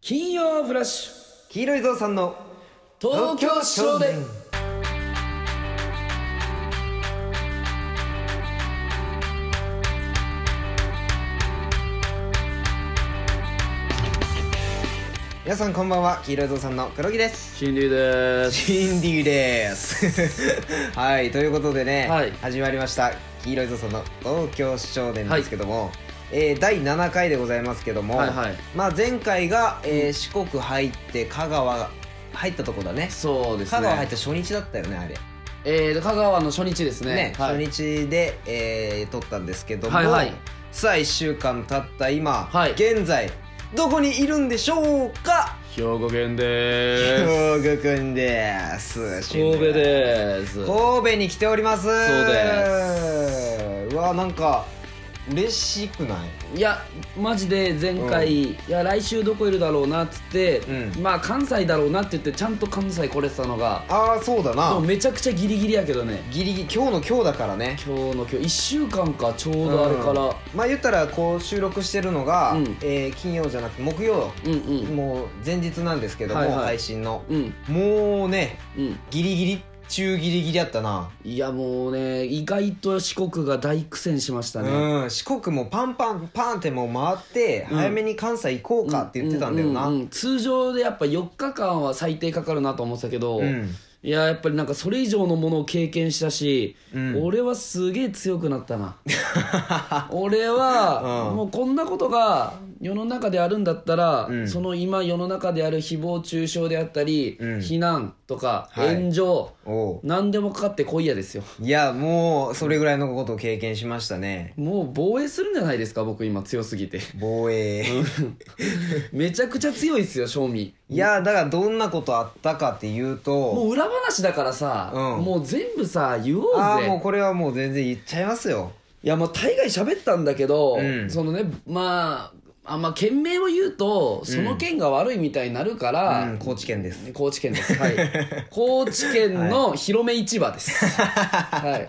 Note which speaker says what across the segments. Speaker 1: 金曜フラッシュ
Speaker 2: 黄色いぞうさんの
Speaker 1: 東京少年
Speaker 2: 皆さんこんばんは黄色いぞうさんの黒木です
Speaker 1: 新流で
Speaker 2: シンディーです はいということでね、
Speaker 1: はい
Speaker 2: 始まりました黄色いぞうさんの東京少年
Speaker 1: はい
Speaker 2: ですけども、えー第7回でございますけども、
Speaker 1: はいはい
Speaker 2: まあ、前回が、えー四国入って香川入ったとこだね
Speaker 1: そうですね
Speaker 2: 香川入った初日だったよねあれ
Speaker 1: えー、香川の初日ですね
Speaker 2: ね、
Speaker 1: はい、
Speaker 2: 初日で、えー撮ったんですけども、
Speaker 1: はいはい
Speaker 2: さあ1週間経った今、
Speaker 1: はい
Speaker 2: 現在どこにいるんでしょうか
Speaker 1: 兵庫県で
Speaker 2: 兵庫くんです
Speaker 1: す神戸です
Speaker 2: 神戸に来ておりますそう
Speaker 1: で
Speaker 2: うわなんか嬉しくない
Speaker 1: いやマジで前回、いや来週どこいるだろうなっつって、
Speaker 2: うん
Speaker 1: まあ関西だろうなって言ってちゃんと関西来れてたのが
Speaker 2: ああそうだ
Speaker 1: もう
Speaker 2: な
Speaker 1: めちゃくちゃギリギリやけどね
Speaker 2: ギリギリ今日の今日だからね
Speaker 1: 今日の今日1週間かちょうどあれから
Speaker 2: うんまあ言ったらこう収録してるのが、
Speaker 1: うん
Speaker 2: えー金曜じゃなくて木曜、
Speaker 1: うんうん
Speaker 2: もう前日なんですけども、
Speaker 1: はいはい
Speaker 2: 配信の、
Speaker 1: うん
Speaker 2: もうね
Speaker 1: うん
Speaker 2: ギリギリ中ギリギリやったな、
Speaker 1: いやもうね意外と四国が大苦戦しましたね、
Speaker 2: うん四国もパンパンパンってもう回って
Speaker 1: うん
Speaker 2: 早めに関西行こうかって言ってたんだよな、
Speaker 1: ううう通常でやっぱ4日間は最低かかるなと思ってたけど、
Speaker 2: うん
Speaker 1: いややっぱりなんかそれ以上のものを経験したし、
Speaker 2: うん
Speaker 1: 俺はすげえ強くなった な俺は、
Speaker 2: うん
Speaker 1: もうこんなことが世の中であるんだったら、
Speaker 2: ん
Speaker 1: その今世の中である誹謗中傷であったり、
Speaker 2: うん
Speaker 1: 非難とか、
Speaker 2: はい
Speaker 1: 炎上
Speaker 2: おう
Speaker 1: 何でもかかってこいやですよ
Speaker 2: いやもうそれぐらいのことを経験しましたね
Speaker 1: もう防衛するんじゃないですか僕今強すぎて
Speaker 2: 防衛
Speaker 1: めちゃくちゃ強いですよ正味
Speaker 2: いやだからどんなことあったかっていう
Speaker 1: も
Speaker 2: と
Speaker 1: う裏話だからさ、
Speaker 2: うん
Speaker 1: もう全部さ言おう
Speaker 2: ああ
Speaker 1: ぜ
Speaker 2: もうこれはもう全然言っちゃいますよ
Speaker 1: いやもう大概喋ったんだけど、
Speaker 2: うん
Speaker 1: そのねまああんま県名を言うとその県が悪いみたいになるから、
Speaker 2: うん高知県です
Speaker 1: 高知県ですはい 高知県の広め市場 です、はい、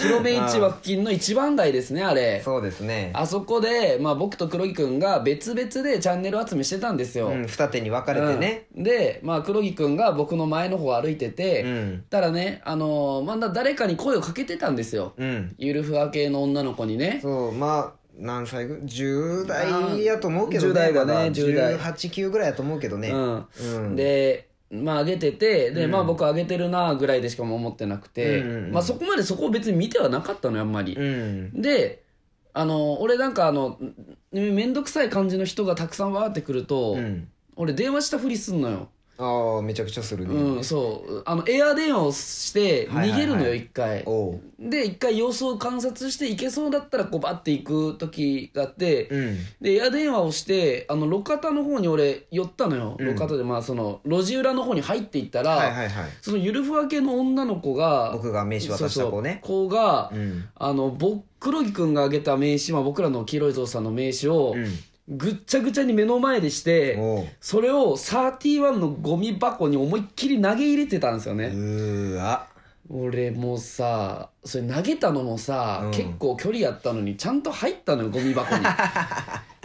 Speaker 1: 広め市場付近の一番街ですねあれ
Speaker 2: そうですね
Speaker 1: あそこで、まあ、僕と黒木くんが別々でチャンネル集めしてたんですよ、
Speaker 2: うん二手に分かれてね
Speaker 1: うんで、まあ、黒木君が僕の前の方を歩いてて、
Speaker 2: うん
Speaker 1: たらね、あのーまだ誰かに声をかけてたんですよ、
Speaker 2: うん
Speaker 1: ゆるふわ系の女の子にね
Speaker 2: そうまあ何歳ぐ10代やと思うけどね
Speaker 1: 10代だね
Speaker 2: ま
Speaker 1: 10代
Speaker 2: 189ぐらいやと思うけどね
Speaker 1: うん
Speaker 2: うん
Speaker 1: でまあ上げててで、まあ僕上げてるなぐらいでしかも思ってなくて、
Speaker 2: うんうんうん
Speaker 1: まあ、そこまでそこを別に見てはなかったのよあんまり、
Speaker 2: うん
Speaker 1: であのー俺なんかあのんめんどくさい感じの人がたくさんわーってくると、
Speaker 2: うん
Speaker 1: 俺電話したふりすんのよ
Speaker 2: ああめちゃくちゃするね、
Speaker 1: うん、そうあのエア電話をして逃げるの
Speaker 2: はいはいは
Speaker 1: よ
Speaker 2: い
Speaker 1: 一回
Speaker 2: おう
Speaker 1: で一回様子を観察して行けそうだったらこうバッて行く時があって、
Speaker 2: うん
Speaker 1: でエア電話をしてあの路肩の方に俺寄ったのよ、
Speaker 2: うん
Speaker 1: 路肩でまあその路地裏の方に入っていったら、
Speaker 2: はいはいはい
Speaker 1: そのゆるふわ系の女の子が
Speaker 2: 僕が名刺渡した子ね
Speaker 1: そうそう子が、
Speaker 2: うん
Speaker 1: あの僕黒木君があげた名刺、まあ、僕らの黄色いぞうさんの名刺を、ぐっちゃぐちゃに目の前でして、
Speaker 2: おう
Speaker 1: それを31のゴミ箱に思いっきり投げ入れてたんですよ
Speaker 2: う
Speaker 1: ね、
Speaker 2: ーわ
Speaker 1: 俺もうさそれ投げたのもさ、
Speaker 2: うん
Speaker 1: 結構距離やったのにちゃんと入ったのよゴミ箱 に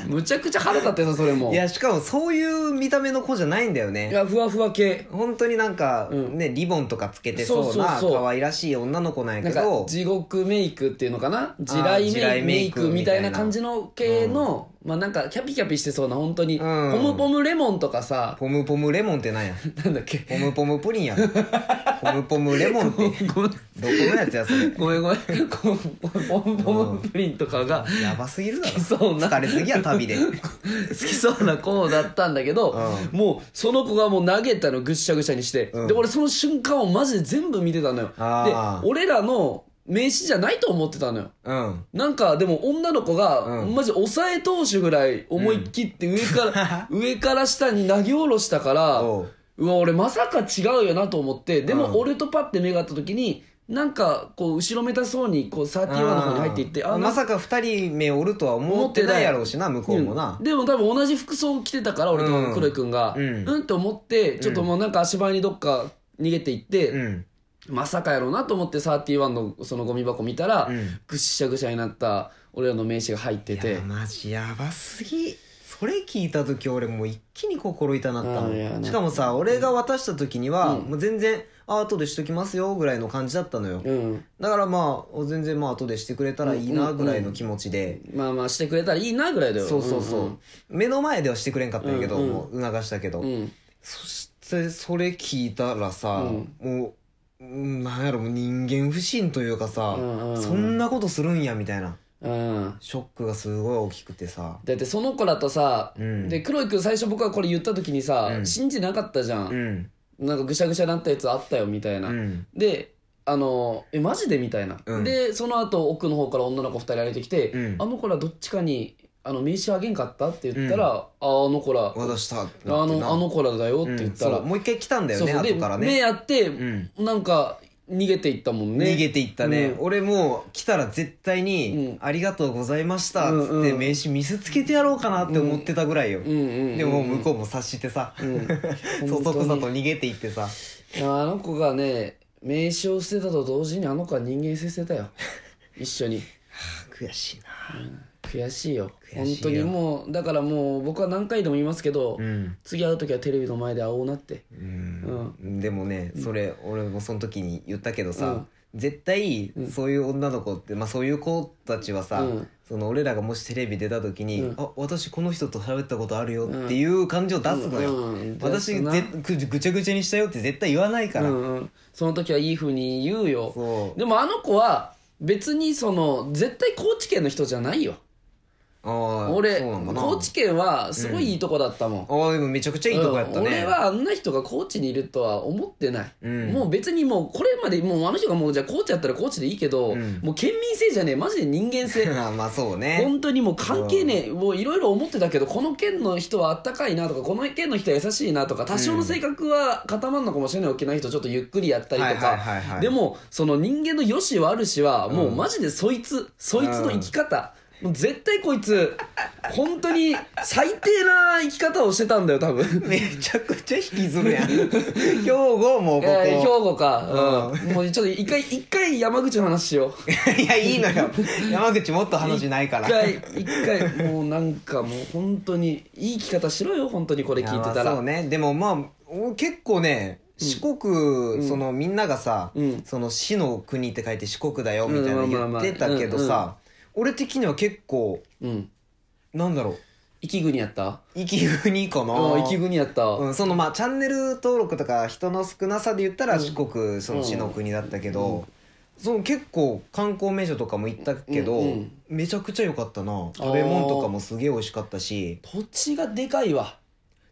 Speaker 1: むちゃくちゃ腹立ってさそれも
Speaker 2: いやしかもそういう見た目の子じゃないんだよ
Speaker 1: い
Speaker 2: ね
Speaker 1: やふわふわ系
Speaker 2: 本当になんか、
Speaker 1: うん
Speaker 2: ねリボンとかつけてそう
Speaker 1: そうそう
Speaker 2: な
Speaker 1: そう
Speaker 2: 可愛らしい女の子なん
Speaker 1: な
Speaker 2: や
Speaker 1: ん
Speaker 2: け
Speaker 1: か
Speaker 2: ど
Speaker 1: 地獄メイクっていうのかな地雷
Speaker 2: 地
Speaker 1: メイ
Speaker 2: 雷
Speaker 1: ク
Speaker 2: メイク
Speaker 1: みたいな感じの系の、まあなんかキャピキャピしてそうな本当に、
Speaker 2: うん
Speaker 1: ポムポムレモンとかさ
Speaker 2: ポムポムレモンってなんや
Speaker 1: なんだっけ
Speaker 2: ポムポムプリンやろポムポムレモンっ て
Speaker 1: ごめん
Speaker 2: どこのやつやそれ
Speaker 1: ごめんごめ んポムポムポムプリンとかが
Speaker 2: やばすぎるだろ
Speaker 1: 好きそうな
Speaker 2: 疲れすぎや旅 で
Speaker 1: 好きそうな子だったんだけど、
Speaker 2: う
Speaker 1: もうその子がもう投げたのぐっしゃぐしゃにして、
Speaker 2: うん
Speaker 1: で俺その瞬間をマジで全部見てたのよ
Speaker 2: あー
Speaker 1: で俺らの名刺じゃないと思ってたのよ
Speaker 2: うん
Speaker 1: なんかでも女の子が、
Speaker 2: うん
Speaker 1: マジ抑え投手ぐらい思いっきって上から、上から下に投げ下ろしたから
Speaker 2: おう
Speaker 1: うわ俺まさか違うよなと思ってで
Speaker 2: う
Speaker 1: も
Speaker 2: ん
Speaker 1: 俺とパッて目が合った時になんかこう後ろめたそうにこう31の方に入っていって
Speaker 2: あー
Speaker 1: あ
Speaker 2: まさか2人目おるとは思ってないやろうしな向こうもな
Speaker 1: うん、でも多分同じ服装を着てたから俺と黒井君がう、
Speaker 2: うんん
Speaker 1: って思ってちょっともうなんか足早にどっか逃げていって、
Speaker 2: うん
Speaker 1: まさかやろうなと思って31のそのゴミ箱見たら、
Speaker 2: うん
Speaker 1: ぐっしゃぐしゃになった俺らの名刺が入って
Speaker 2: い
Speaker 1: て
Speaker 2: やマジやばすぎそれ聞いた時俺もう一気に心痛なった
Speaker 1: あいやな
Speaker 2: のしかもさ俺が渡した時には、
Speaker 1: うん
Speaker 2: もう全然あ後でしときますよぐらいの感じだったのよ、
Speaker 1: うん
Speaker 2: だからまあ全然まあ後でしてくれたらいいなぐらいの気持ちで、
Speaker 1: まあまあしてくれたらいいなぐらいだよ
Speaker 2: そうそうそう、目の前ではしてくれんかったんやけど、
Speaker 1: うんうん
Speaker 2: もう促したけど、
Speaker 1: うんうん
Speaker 2: そしてそれ聞いたらさ、
Speaker 1: うん
Speaker 2: もううんなんやろもう人間不信というかさ、
Speaker 1: うんうんうん
Speaker 2: そんなことするんやみたいな
Speaker 1: うん
Speaker 2: ショックがすごい大きくてさ
Speaker 1: だってその子らとさ、
Speaker 2: うん
Speaker 1: で黒井君最初僕がこれ言った時にさ、
Speaker 2: うん
Speaker 1: 信じなかったじゃ、
Speaker 2: うんん
Speaker 1: なんかぐしゃぐしゃになったやつあったよみたいな、
Speaker 2: うん
Speaker 1: であのえマジでみたいな、
Speaker 2: うん
Speaker 1: でその後奥の方から女の子2人歩いてきて、
Speaker 2: うん
Speaker 1: あの子らどっちかにあの名刺あげんかったって言ったら、ああの子らあ
Speaker 2: 渡したってな
Speaker 1: の
Speaker 2: ってな
Speaker 1: あの子らだよって言ったら、
Speaker 2: うんそうもう一回来たんだよね
Speaker 1: そうそう
Speaker 2: 後から
Speaker 1: で目
Speaker 2: ね、
Speaker 1: やって、
Speaker 2: うん、
Speaker 1: なんか逃げていったもんね
Speaker 2: 逃げていったね、
Speaker 1: うん
Speaker 2: 俺もう来たら絶対
Speaker 1: う
Speaker 2: に「ありがとうございました」っつ
Speaker 1: うん
Speaker 2: って
Speaker 1: うん
Speaker 2: 名刺見せつけてやろうかなって思ってたぐらいよ、
Speaker 1: うんうんうん
Speaker 2: でももう向こうも察してさ、
Speaker 1: うん
Speaker 2: そ
Speaker 1: 本
Speaker 2: そ
Speaker 1: 当
Speaker 2: く
Speaker 1: に
Speaker 2: さと逃げていってさ
Speaker 1: いやあの子がね名刺を捨てたと同時にあの子は人間性捨てた よ一緒に
Speaker 2: 悔しいな
Speaker 1: 悔しいよ
Speaker 2: 悔しいよ
Speaker 1: 本当にもうだからもう僕は何回でも言いますけど、
Speaker 2: うん、
Speaker 1: 次会う時はテレビの前で会おうなって
Speaker 2: うんでもねそれ俺もその時に言ったけどさ、
Speaker 1: うん
Speaker 2: 絶対
Speaker 1: うん
Speaker 2: そういう女の子って、まあ、そういう子たちはさ、
Speaker 1: うん
Speaker 2: その俺らがもしテレビ出た時に「
Speaker 1: うん
Speaker 2: あ私この人と喋ったことあるよ」っていう感じを出すのよ、
Speaker 1: うんうん
Speaker 2: 私
Speaker 1: 出すな
Speaker 2: ぜぐぐちゃぐちゃにしたよって絶対言わないから、
Speaker 1: うんうん、その時はいい風に言うよ
Speaker 2: そう
Speaker 1: でもあの子は別にその絶対高知県の人じゃないよ
Speaker 2: ああ
Speaker 1: 俺
Speaker 2: そうなんかな
Speaker 1: 高知県はすごいいいとこだったもん、
Speaker 2: ああでもめちゃくちゃいいとこやった
Speaker 1: う
Speaker 2: ね、
Speaker 1: ん俺 はあんな人が高知にいるとは思ってない、
Speaker 2: うん
Speaker 1: もう別にもうこれまでもうあの人がもうじゃあ高知やったら高知でいいけど、
Speaker 2: うん
Speaker 1: もう県民性じゃねえマジで人間性
Speaker 2: ああまあそうね
Speaker 1: 本当にもう関係ねえ、もういろいろ思ってたけどこの県の人はあったかいなとかこの県の人は優しいなとか多少の性格は固まるのかもしれない沖縄の人ちょっとゆっくりやったりとか、
Speaker 2: はいはいはいはい
Speaker 1: でもその人間の良し悪しはもううんマジでそいつ、そいつの生き方、もう絶対こいつ 本当に最低な生き方をしてたんだよ多 分。
Speaker 2: めちゃくちゃ引きずる やん兵庫もここ、
Speaker 1: えー兵庫か、うん、もうちょっと一回一回山口の話しよう
Speaker 2: いやいいのよ山口もっと話ないから
Speaker 1: 一回一回もうなんかもう本当にいい生き方しろよ本当にこれ聞いてた
Speaker 2: やまあ
Speaker 1: ら
Speaker 2: そうねでもまあお結構ね四国、そのみんながさ、
Speaker 1: うん
Speaker 2: その死の国って書いて四国だよみたいな
Speaker 1: うんまあ
Speaker 2: 言
Speaker 1: まあ
Speaker 2: ってたけど
Speaker 1: まあうん
Speaker 2: さ俺的には結構
Speaker 1: うん
Speaker 2: なんだろう
Speaker 1: 息国やった
Speaker 2: 息苦にかな
Speaker 1: うん息苦にやった、
Speaker 2: うん、そのまあチャンネル登録とか人の少なさで言ったら四国、その死の国だったけど、その結構観光名所とかも行ったけど、
Speaker 1: うんうん
Speaker 2: めちゃくちゃ良かったな食べ物とかもすげえ美味しかったし
Speaker 1: 土地がでかいわ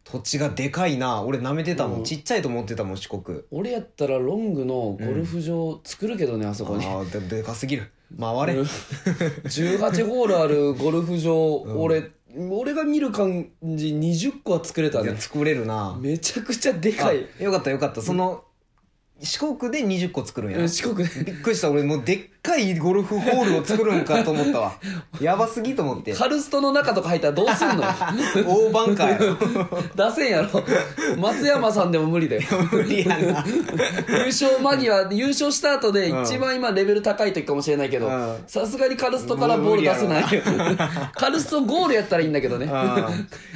Speaker 2: 土地がでかいな俺舐めてたもん、
Speaker 1: うん
Speaker 2: ちっちゃいと思ってたもん四国
Speaker 1: 俺やったらロングのゴルフ場作るけどね、あそこに
Speaker 2: ああででかすぎる回れ、
Speaker 1: うん 18ホールあるゴルフ場、俺俺が見る感じ20個は作れた
Speaker 2: い
Speaker 1: ね
Speaker 2: や作れるな
Speaker 1: めちゃくちゃでかい
Speaker 2: あよかったよかったその、四国で20個作るんや
Speaker 1: うん四国で
Speaker 2: びっくりした俺もうでっかいゴルフホールを作るんかと思っ たわやばすぎと思って
Speaker 1: カルストの中とか入ったらどう すんの
Speaker 2: 大盤かよ
Speaker 1: 出せんやろ松山さんでも無理だよ
Speaker 2: 無理やな
Speaker 1: 優勝間際優勝した後で
Speaker 2: うん
Speaker 1: 一番今レベル高い時かもしれないけど
Speaker 2: うん
Speaker 1: さすがにカルストからボール出せないよ カルストゴールやったらいいんだけどね
Speaker 2: う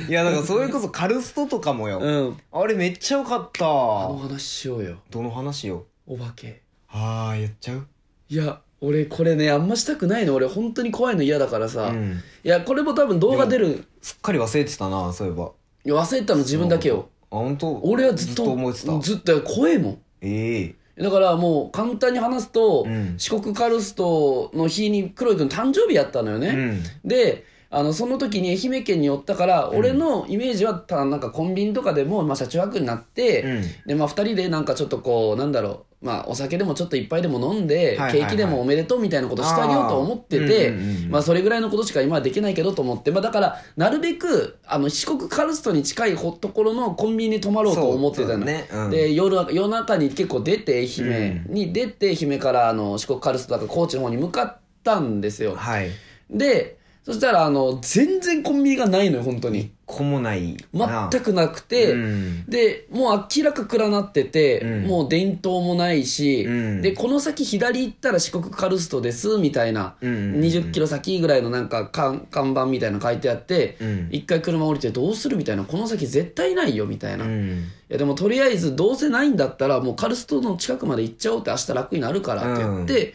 Speaker 2: んいやだからそれこそカルストとかもよ、
Speaker 1: うん
Speaker 2: あれめっちゃよかった
Speaker 1: あの話しようよ
Speaker 2: どの話よ
Speaker 1: お化け
Speaker 2: ああやっちゃう
Speaker 1: いや俺これねあんましたくないの俺本当に怖いの嫌だからさ、
Speaker 2: うん
Speaker 1: いやこれも多分動画出る
Speaker 2: すっかり忘れてたなそういえばあ
Speaker 1: いや忘れてたの自分だけよ
Speaker 2: 本当
Speaker 1: 俺はずっと
Speaker 2: 思ってた
Speaker 1: ずっと怖えもん
Speaker 2: ええ
Speaker 1: だからもう簡単に話すと、
Speaker 2: うん
Speaker 1: 四国カルストの日に黒井君誕生日やったのよね、であのその時に愛媛県に寄ったから、俺のイメージはたなんかコンビニとかでも、まあ、車中泊になって、
Speaker 2: うん
Speaker 1: でまあ、2人でなんかちょっとこうなんだろう、まあ、お酒でもちょっと一杯でも飲んで、
Speaker 2: はいはいはい
Speaker 1: ケーキでもおめでとうみたいなことしてあげようと思ってて
Speaker 2: あーうんうんうん
Speaker 1: まあ、それぐらいのことしか今はできないけどと思って、まあ、だからなるべくあの四国カルストに近いほところのコンビニに泊まろうと思ってた
Speaker 2: そう
Speaker 1: の。
Speaker 2: だねうん
Speaker 1: で夜夜中に結構出て愛媛に出て愛媛からあの四国カルストとか高知の方に向かったんですよ。
Speaker 2: はい
Speaker 1: でそそしたらあの全然コンビニがないのよ本当に
Speaker 2: こもないな
Speaker 1: 全くなくて、
Speaker 2: うん
Speaker 1: でもう明らか暗なってて、
Speaker 2: うん
Speaker 1: もう電灯もないし、
Speaker 2: うん
Speaker 1: でこの先左行ったら四国カルストですみたいな、
Speaker 2: うんうんうん
Speaker 1: 20キロ先ぐらいのなんか看看板みたいなの書いてあって、
Speaker 2: うん
Speaker 1: 一回車降りてどうするみたいなこの先絶対ないよみたいな、
Speaker 2: う
Speaker 1: い
Speaker 2: ん
Speaker 1: やでもとりあえずどうせないんだったらもうカルストの近くまで行っちゃおうって明日楽になるからって言って、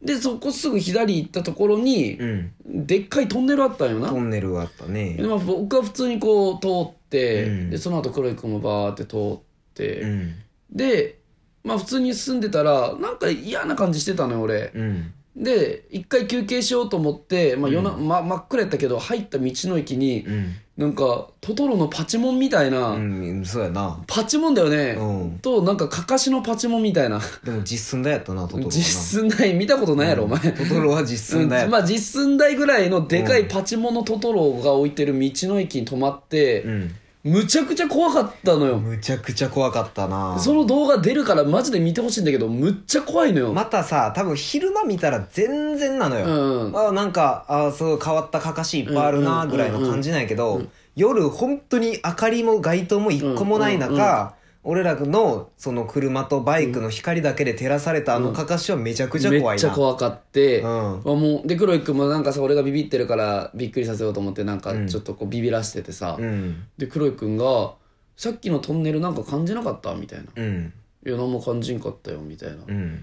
Speaker 1: でそこすぐ左行ったところに
Speaker 2: う、ん
Speaker 1: でっかいトンネルあったんよな、
Speaker 2: トンネルがあったね
Speaker 1: でまあ僕は普通にこう通って、
Speaker 2: うん
Speaker 1: でその後黒い子もバーって通って、
Speaker 2: うん
Speaker 1: でまあ普通に住んでたらなんか嫌な感じしてたのよ俺
Speaker 2: うん
Speaker 1: で一回休憩しようと思って、まあ夜なま、真っ暗やったけど入った道の駅に
Speaker 2: うん
Speaker 1: なんかトトロのパチモンみたいな、
Speaker 2: うんそうやな
Speaker 1: パチモンだよ
Speaker 2: う
Speaker 1: ね、
Speaker 2: ん
Speaker 1: となんかかかしのパチモンみたいな
Speaker 2: でも実寸大やったなトトロはな
Speaker 1: 実寸大見たことないやろ、お前
Speaker 2: トトロは実寸大や
Speaker 1: う
Speaker 2: っ
Speaker 1: ん
Speaker 2: た
Speaker 1: まあ実寸大ぐらいのでかいパチモンのトトロが置いてる道の駅に止まって、
Speaker 2: うん
Speaker 1: むちゃくちゃ怖かったのよ、
Speaker 2: むちゃくちゃ怖かったな
Speaker 1: その動画出るからマジで見てほしいんだけどむっちゃ怖いのよ、
Speaker 2: またさ多分昼間見たら全然なのよ、
Speaker 1: うん
Speaker 2: あなんかあすごい変わったかかしいっぱいあるな
Speaker 1: うんうんうんうん
Speaker 2: ぐらいの感じなんやけど、夜本当に明かりも街灯も一個もない中、
Speaker 1: うんうんうん
Speaker 2: 俺らのその車とバイクの光だけで照らされたあのかかしはめちゃくちゃ
Speaker 1: め
Speaker 2: 怖
Speaker 1: っ
Speaker 2: い
Speaker 1: ちゃ
Speaker 2: な、
Speaker 1: 怖かって、
Speaker 2: うん
Speaker 1: あもうで黒井君もなんかさ俺がビビってるからびっくりさせようと思ってなんか
Speaker 2: うん
Speaker 1: ちょっとこうビビらしててさ、
Speaker 2: うん
Speaker 1: で黒井君が「さっきのトンネルなんか感じなかった?」みたいな「
Speaker 2: うん
Speaker 1: いや何も感じんかったよ」みたいな「
Speaker 2: う
Speaker 1: い
Speaker 2: ん